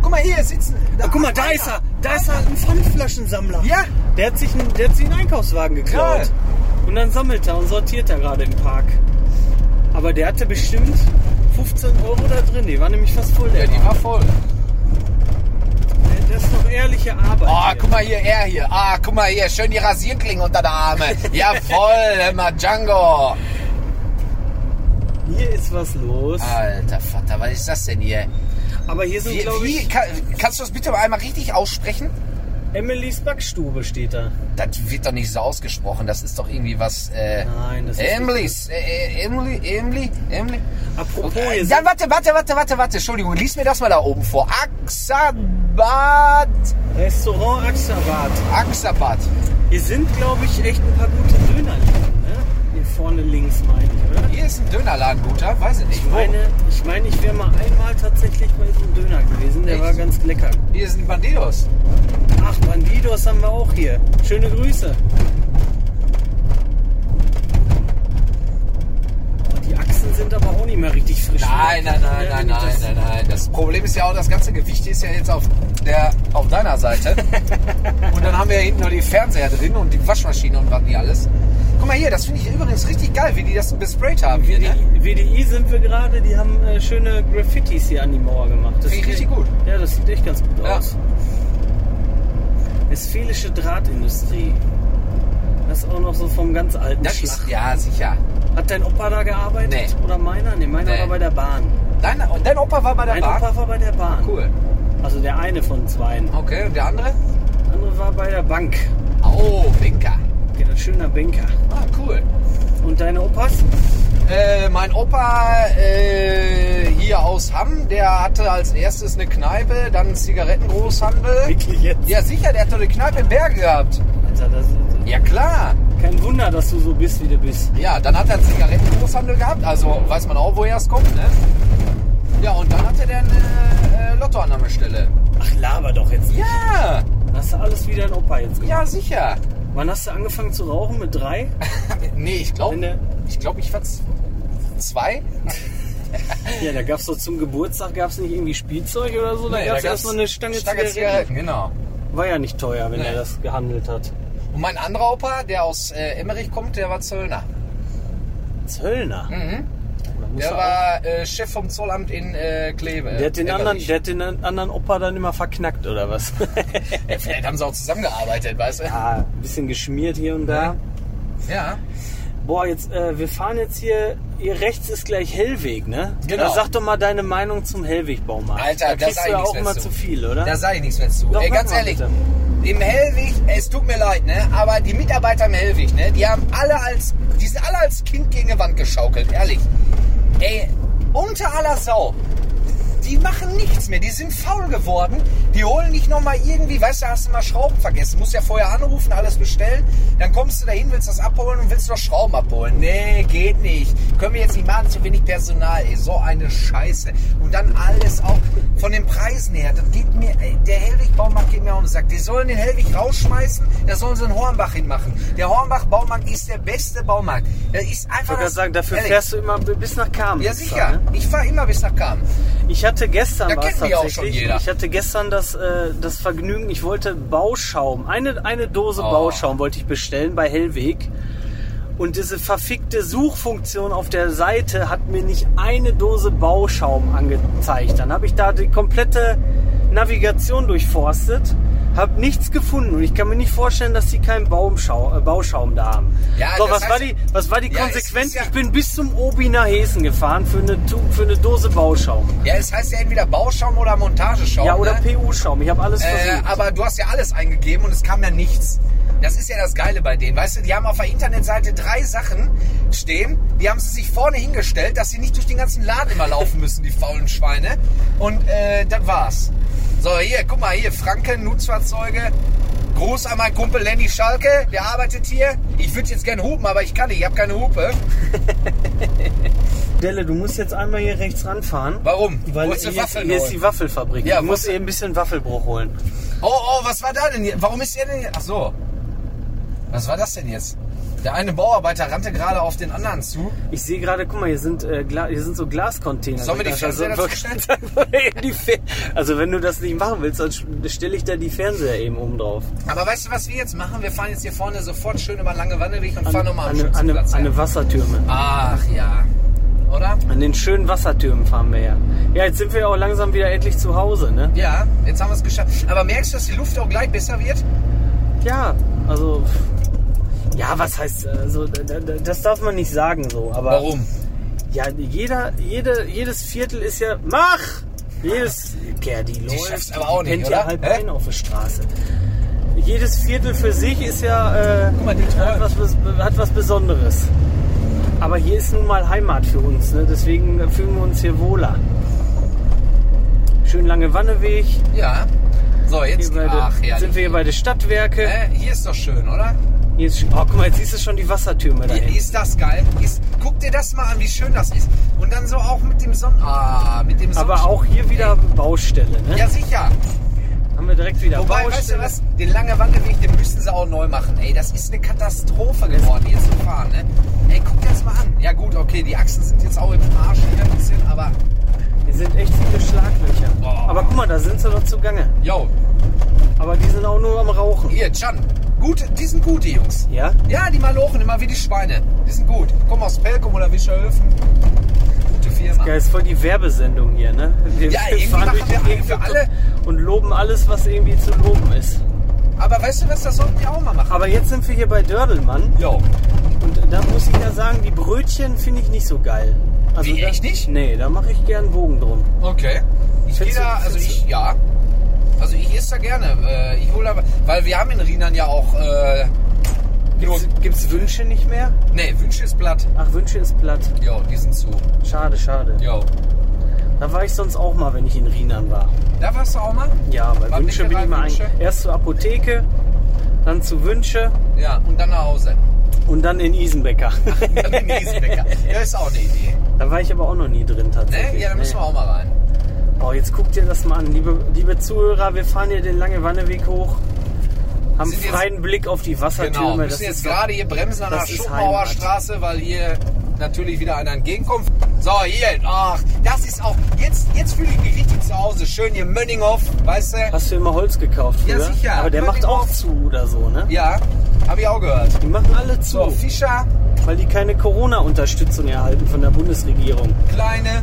guck mal, hier sitzen.
Ah, guck mal, da ist er. Da ist er, ein Pfandflaschensammler.
Ja.
Der hat sich einen, der hat sich einen Einkaufswagen geklaut.
Geil.
Und dann sammelt er und sortiert er gerade im Park. Aber der hatte bestimmt 15 Euro da drin. Die war nämlich fast voll. Der
Ja, die
Wagen.
war voll.
Das ist doch ehrliche Arbeit.
Oh,
hier.
guck mal hier, er hier. Ah, guck mal hier, schön die Rasierklingen unter der
[LAUGHS]
Arme. Jawoll, immer Django.
Hier ist was los.
Alter Vater, was ist das denn hier?
Aber hier sind,
Wie,
glaube
wie
ich,
kann, kannst du das bitte einmal richtig aussprechen?
Emilys Backstube steht da.
Das wird doch nicht so ausgesprochen. Das ist doch irgendwie was. Äh,
Nein, das ist
Emily's. Äh, äh, Emily, Emily, Emily.
Apropos,
Äh,
hier
Dann
sind,
warte, warte, warte, warte, warte. Entschuldigung, lies mir das mal da oben vor. Axabat.
Restaurant Axabad.
Axabat.
Hier sind, glaube ich, echt ein paar gute Dönerläden. Ne? Hier vorne links, meine ich, oder?
Hier ist ein Dönerladen, guter. Weiß ich nicht.
Ich
Wo?
meine, ich, meine, ich wäre mal einmal tatsächlich bei so einem Döner gewesen. Der
Echt?
war ganz lecker.
Hier sind die Bandidos.
Ach, Bandidos haben wir auch hier. Schöne Grüße. Oh, Die Achsen sind aber auch nicht mehr richtig frisch.
Nein, nein, nein,
Ja,
nein,
wenn ich
nein,
das-
nein, nein. Das Problem ist ja auch, das ganze Gewicht ist ja jetzt auf, der, auf deiner
[LAUGHS]
Seite. und dann haben wir ja hinten noch die Fernseher drin und die Waschmaschine und was nicht alles. Guck mal hier, das finde ich übrigens richtig geil, wie die das besprayt haben hier. Ne?
WDI, WDI sind wir gerade, die haben äh, schöne Graffitis hier an die Mauer gemacht. Das
Finde ich richtig
sieht echt-
gut.
Ja, das sieht echt ganz gut
Ja.
aus. Westfälische Drahtindustrie. Das ist auch noch so vom ganz alten
Das
Schlag.
ist, ja, sicher.
Hat dein Opa da gearbeitet?
Nee.
Oder meiner? Nee, meiner
Nee.
war bei der Bahn.
Dein, und dein Opa war bei der
mein
Bahn?
Opa war bei der Bahn.
Cool. Ah.
Also der eine von zweien.
Okay, und der andere?
Der andere war bei der Bank.
Oh, Winker.
Okay, ein schöner Banker.
Ah, cool.
Und deine Opas?
Äh, mein Opa äh, hier aus Hamm, der hatte als erstes eine Kneipe, dann einen Zigarettengroßhandel.
Wirklich jetzt?
Ja, sicher, der hat doch eine Kneipe im Berg gehabt.
Alter, das ist
Ja, klar.
kein Wunder, dass du so bist, wie du bist.
Ja, dann hat er einen Zigarettengroßhandel gehabt, also weiß man auch, woher es kommt, ne? Ja, und dann hatte der eine äh, Lottoannahmestelle.
Ach, laber doch jetzt nicht.
Ja,
Hast du alles wie dein Opa jetzt gemacht?
ja, sicher.
Wann hast du angefangen zu rauchen? Mit drei?
Nee, ich
Wenn
glaube,
der-
ich glaube, ich war z- zwei.
Ja, da gab's doch zum Geburtstag gab's nicht irgendwie Spielzeug oder so. Da
Nee,
gab's
gab's
erstmal eine Stange,
Stange
Zigaretten.
Zigaretten. Genau.
War ja nicht teuer, wenn
Nee.
er das gehandelt hat.
Und mein anderer Opa, der aus äh, Emmerich kommt, der war Zöllner.
Zöllner? Oh,
Mhm.
Da muss
Der
er
war äh, Chef vom Zollamt in äh, Kleve.
Der hat, den anderen,
Emmerich.
der hat den anderen Opa dann immer verknackt, oder was?
Ja, vielleicht haben sie auch zusammengearbeitet, weißt du?
[LAUGHS] ja, ein bisschen geschmiert hier und da.
Ja.
Boah, jetzt, äh, wir fahren jetzt hier, hier rechts ist gleich Hellweg, ne?
Genau.
Da sag doch mal deine Meinung zum Hellwegbaumarkt.
Alter,
da
da
kriegst
sag
du
ich
ja
nichts
auch
mehr
immer
zu.
zu viel, oder?
Da sage ich nichts mehr zu.
Doch,
Ey,
sag
ganz
mal
ehrlich,
bitte.
im Hellwig, es tut mir leid, ne? Aber die Mitarbeiter im Hellwig, ne? Die haben alle als, die sind alle als Kind gegen die Wand geschaukelt, ehrlich. Ey, unter aller Sau. Die machen nichts mehr, die sind faul geworden. Die holen nicht nochmal irgendwie, weißt du, hast du mal Schrauben vergessen. Musst ja vorher anrufen, alles bestellen. Dann kommst du dahin, willst das abholen und willst noch Schrauben abholen. Nee, geht nicht. Können wir jetzt nicht machen, zu wenig Personal. Ey, so eine Scheiße. Und dann alles auch von den Preisen her. Das geht mir, ey, der Hellwig-Baumarkt geht mir auf den Sack. Die sollen den Hellwig rausschmeißen, da sollen sie einen Hornbach hinmachen. Der Hornbach-Baumarkt ist der beste Baumarkt. Der ist
Ich
einfach.
wollte gerade sagen, dafür
Ehrlich.
fährst du immer bis nach Kamen.
Ja, sicher.
Ne?
Ich fahre immer bis nach Kamen.
Ich hatte gestern
Da
war es
kennt mich auch schon
tatsächlich.
jeder.
Ich hatte gestern das, äh, das Vergnügen, ich wollte Bauschaum, eine, eine Dose
Oh.
Bauschaum wollte ich bestellen bei Hellweg. Und diese verfickte Suchfunktion auf der Seite hat mir nicht eine Dose Bauschaum angezeigt. Dann habe ich da die komplette Navigation durchforstet, habe nichts gefunden und ich kann mir nicht vorstellen, dass die keinen Baumschau, äh, Bauschaum da haben.
Ja,
so,
das
was
heißt-
war die, was war die
Ja, es
Konsequenz?
ist ja-
ich bin bis zum Obi nach Hessen gefahren für eine, Tu- für eine Dose Bauschaum.
Ja, es heißt ja entweder Bauschaum oder Montageschaum.
Ja, oder
ne?
PU-Schaum. Ich habe alles
Äh,
versucht.
aber du hast ja alles eingegeben und es kam ja nichts. Das ist ja das Geile bei denen. Weißt du, die haben auf der Internetseite drei Sachen stehen. Die haben sie sich vorne hingestellt, dass sie nicht durch den ganzen Laden immer
[LAUGHS]
laufen müssen, die faulen Schweine. Und äh, das war's. So, hier, guck mal, hier, Franken, Nutzfahrzeuge. Gruß an meinen Kumpel Lenny Schalke, der arbeitet hier. Ich würde jetzt gerne hupen, aber ich kann nicht, ich habe keine Hupe.
Delle, du musst jetzt einmal hier rechts ranfahren.
Warum?
Weil
Wolltest du
hier,
Waffeln
hier ist
holen?
die Waffelfabrik.
Ja,
ich muss
Waffel-
eben ein bisschen Waffelbruch holen.
Oh, oh, was war da denn hier? Warum ist der denn hier? Ach so. Was war das denn jetzt? Der eine Bauarbeiter rannte gerade auf den anderen zu.
Ich sehe gerade, guck mal, hier sind, äh, Gla hier sind so Glascontainer.
Sollen wir die
Also,
Fernseher
[LAUGHS]
dazu
die Fer- also wenn du das nicht machen willst, dann stelle ich da die Fernseher eben oben drauf.
Aber weißt du, was wir jetzt machen? Wir fahren jetzt hier vorne sofort schön über lange Wandelweg und
An,
fahren nochmal am
an, an,
Schützenplatz.
an
her.
den Wassertürmen.
Ach ja. Oder?
An den schönen Wassertürmen fahren wir ja. Ja, jetzt sind wir auch langsam wieder endlich zu Hause, ne?
Ja, jetzt haben wir es geschafft. Aber merkst du, dass die Luft auch gleich besser wird?
Ja, also. Ja, was heißt, also, d- d- das darf man nicht sagen so, aber. Ja, jeder, jede, jedes Viertel ist ja. Mach! Jedes. Ja, die
schaff's
läuft,
aber auch
die
nicht,
pennt
oder?
ja halb
Hä?
ein auf der Straße. Jedes Viertel für sich ist ja. Äh,
Guck mal, die
hat, was, Bes- hat was Besonderes. Aber hier ist nun mal Heimat für uns, ne? deswegen fühlen wir uns hier wohler. Schön lange Wanneweg,
Ja. So, jetzt
hier bei der-
ach, ja.
sind wir hier bei den Stadtwerke.
äh, hier ist doch schön, oder?
Hier ist, oh, guck mal, jetzt siehst du schon die Wassertürme da
Hier
hinten.
ist das geil. Ist, guck dir das mal an, wie schön das ist. Und dann so auch mit dem Sonnen. Ah, mit dem Sonnen.
Aber auch hier wieder Baustelle, ne?
Ja, sicher.
Haben wir direkt wieder
Wobei, weißt du
Baustelle.
was? Den lange Wandelweg, den müssen sie auch neu machen. Ey, das ist eine Katastrophe geworden, hier zu fahren, ne? Ey, guck dir das mal an. Ja, gut, okay, die Achsen sind jetzt auch im Arsch hier ein bisschen, aber.
Hier sind echt viele Schlaglöcher.
Boah.
Aber guck mal, da sind sie noch zugange.
Yo,
Aber die sind auch nur am Rauchen.
hier, Chan. Gute, die sind gute Jungs.
Ja?
Ja, die malochen immer wie die Schweine. Die sind gut. Kommen aus Pelkum oder Wischerhöfen. Gute Firma.
Ja, ist voll die Werbesendung hier, ne? Wir
Ja, irgendwie machen wir
die Gegend
für
und-
alle.
und loben alles, was irgendwie zu loben ist.
Aber weißt du was, das sollten wir auch mal machen.
Aber jetzt sind wir hier bei Dördelmann
Yo.
und da muss ich ja sagen, die Brötchen finde ich nicht so geil. Also
Wie,
da,
echt nicht?
Nee, da mache ich gern Bogen drum.
Okay. Ich gehe
Findest
da,
du-
also
findest
ich, ja. Also ich esse da gerne. Äh, Ich hole aber, weil wir haben in Rinan ja auch, äh, nur,
Gibt's, gibt's Wünsche nicht mehr?
nee, Wünsche ist Blatt.
Ach, Wünsche ist platt.
Jo, die sind zu.
Schade, schade.
Jo.
Da war ich sonst auch mal, wenn ich in Rinan war.
Da warst du auch mal?
Ja, bei
War
Wünsche bin ich
Bäckerei
mal
Wünsche?
ein. Erst zur Apotheke, dann zu Wünsche
Ja, und dann nach Hause. [LAUGHS]
und dann in Isenbecker.
Dann in den Isenbecker. Ja, ist auch eine Idee.
da war ich aber auch noch nie drin tatsächlich.
Ne? Ja, da müssen wir auch mal rein.
Oh, jetzt guckt ihr das mal an. Liebe, liebe Zuhörer, wir fahren hier den lange Wanneweg hoch, haben
Sind jetzt-
freien Blick auf die Wassertürme.
Genau. Wir
das
müssen jetzt
ist doch-
gerade hier bremsen an der
das ist
Schuppenauer
Heimat.
Straße, weil hier natürlich wieder einer entgegenkommt. So, hier, ach, das ist auch, jetzt, jetzt fühle ich mich richtig zu Hause. Schön hier Mönninghoff, weißt du?
Hast du immer Holz gekauft
Ja,
früher?
sicher.
Aber der
Immer
macht
den
auch
Holz.
zu oder so, ne?
Ja, habe ich auch gehört.
Die machen alle zu,
So, Fischer,
weil die keine Corona-Unterstützung erhalten von der Bundesregierung.
kleine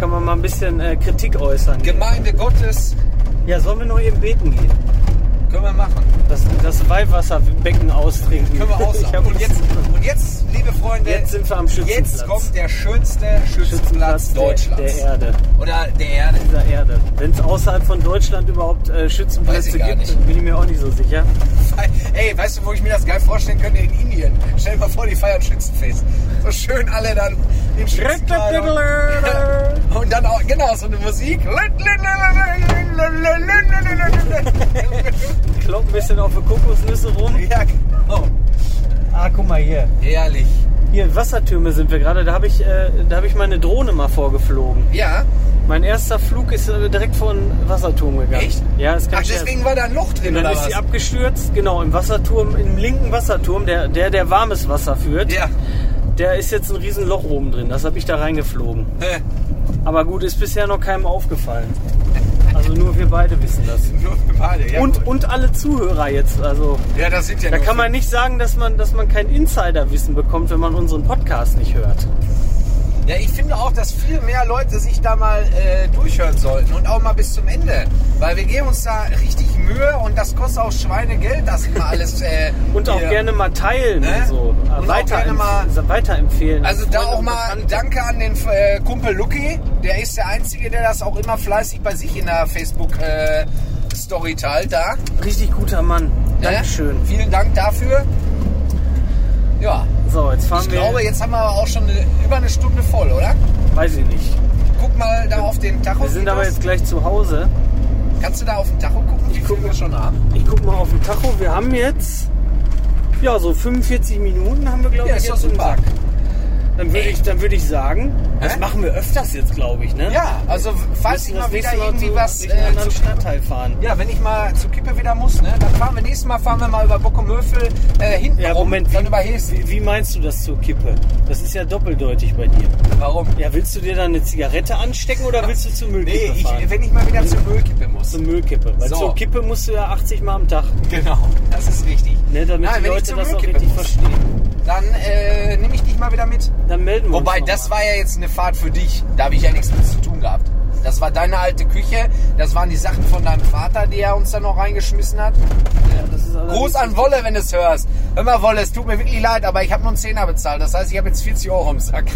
Kann man mal ein bisschen äh, Kritik äußern.
Gemeinde Gottes,
Ja, sollen wir nur eben beten gehen?
können wir machen.
Das, das Weihwasserbecken austrinken. [LAUGHS]
Können wir
Ich hab-
aussagen. Und jetzt, und jetzt, liebe Freunde,
Jetzt sind wir am Schützenplatz.
jetzt kommt der schönste Schützenplatz,
der-
Deutschlands.
Der Erde,
Oder der Erde. [LAUGHS]
dieser Erde. Wenn es außerhalb von Deutschland überhaupt äh,
Weiß
Schützenplätze
ich gar
gibt,
nicht.
bin ich mir auch nicht so sicher.
Ey, weißt du, wo ich mir das geil vorstellen könnte? In Indien. Stell dir mal vor, die feiern Schützenfest. So schön alle dann in Schützenkleidung.
[LAUGHS]
Und dann auch, genau, so eine Musik. [LAUGHS]
Kloppt ein bisschen auf die Kokosnüsse rum.
Ja, genau.
Ah, guck mal hier.
Herrlich.
Hier, Wassertürme sind wir gerade. Da habe ich, äh, da hab ich meine Drohne mal vorgeflogen.
Ja,
Mein erster Flug ist äh, direkt von Wasserturm gegangen.
Echt?
Ja, das kann
Ach,
ich
deswegen war da ein Loch drin,
Und dann
oder
ist
was?
sie abgestürzt, genau, im Wasserturm, im linken Wasserturm, der, der, der warmes Wasser führt.
ja.
Der ist jetzt ein riesen Loch oben drin, das habe ich da reingeflogen.
Äh,
Aber gut, ist bisher noch keinem aufgefallen. Also nur wir beide wissen das.
nur für beide, ja.
und,
gut. Genau
und alle Zuhörer jetzt, also
ja, das sind ja
da
nur
kann man nicht sagen, dass man, dass man kein Insiderwissen bekommt, wenn man unseren Podcast nicht hört.
Ja, ich finde auch, dass viel mehr Leute sich da mal äh, durchhören sollten und auch mal bis zum Ende. Weil wir geben uns da richtig Mühe und das kostet auch Schweinegeld, das immer alles. Äh,
[LAUGHS] Und auch
hier-
gerne mal teilen
Ne?
und so.
Und auch
Weiter,
gerne mal-
weiterempfehlen.
Also da
Freunde
auch
und
mal
Bekannte.
Danke an den äh, Kumpel Lucky. Der ist der Einzige, der das auch immer fleißig bei sich in der Facebook-Story teilt da.
Richtig guter Mann.
Ne?
Dankeschön.
Vielen Dank dafür. Ja,
So, jetzt fahren
ich
wir.
glaube, jetzt haben wir aber auch schon eine, über eine Stunde voll, oder?
Weiß ich nicht.
Guck mal da auf den Tacho.
Wir sind
Sieht
aber
das-
jetzt gleich zu Hause.
Kannst du da auf den Tacho gucken? Ich gucke wir schon an.
Ich guck mal auf den Tacho. Wir haben jetzt ja so 45 Minuten haben wir glaube
Ja,
ich
ist doch
jetzt im
super.
Sack. Dann würde ich, dann würde ich sagen, das
Hä?
machen wir öfters jetzt, glaube ich, ne?
Ja, also falls
Müssen
ich
das
mal wieder
nächste
irgendwie
zu,
was.
durch einen
Äh,
anderen
zu,
Stadtteil fahren.
ja, wenn ich mal zur Kippe wieder muss, ne, dann fahren wir nächstes Mal fahren wir mal über Bockumöfel äh, hinten
Ja,
rum,
Moment,
dann
wie-
über Hessen.
Wie meinst du das zur Kippe? Das ist ja doppeldeutig bei dir.
Warum?
Ja, willst du dir dann eine Zigarette anstecken oder willst du zur
Nee,
Müllkippe fahren?
ich, wenn ich mal wieder zur Müllkippe muss.
[LAUGHS] zur Müllkippe. Weil
So.
zur Kippe musst du ja 80 Mal am Tag,
Genau, das ist richtig.
ne, damit
Nein,
die
wenn ich
Leute
zur
das auch
Müllkippe
richtig
muss.
verstehen.
Dann äh, nehme ich dich mal wieder mit.
Dann melden wir
Wobei,
uns.
das war ja jetzt eine Fahrt für dich. Da habe ich ja nichts mit zu tun gehabt. Das war deine alte Küche. Das waren die Sachen von deinem Vater, die er uns dann noch reingeschmissen hat. Gruß an Wolle, wenn du es hörst. Hör mal, Wolle, es tut mir wirklich leid, aber ich habe nur einen Zehner bezahlt. Das heißt, ich habe jetzt 40 Euro im Sack.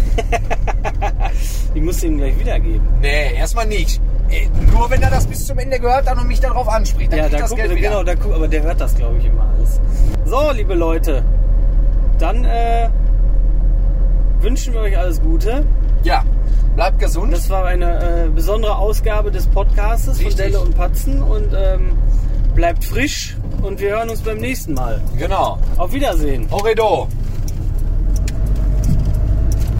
Die musst du ihm gleich wiedergeben.
Nee, erstmal nicht. Äh, Nur wenn er das bis zum Ende gehört hat und mich darauf anspricht. Dann
ja,
kriegt
da
das
guck,
Geld wieder.
genau, da guck, aber der hört das, glaube ich, immer alles. So, liebe Leute, dann äh, wünschen wir euch alles Gute.
Ja, bleibt gesund.
Das war eine äh, besondere Ausgabe des Podcastes von
Richtig.
Delle und Patzen und ähm, bleibt frisch und wir hören uns beim nächsten Mal.
genau.
Auf Wiedersehen.
Horrido.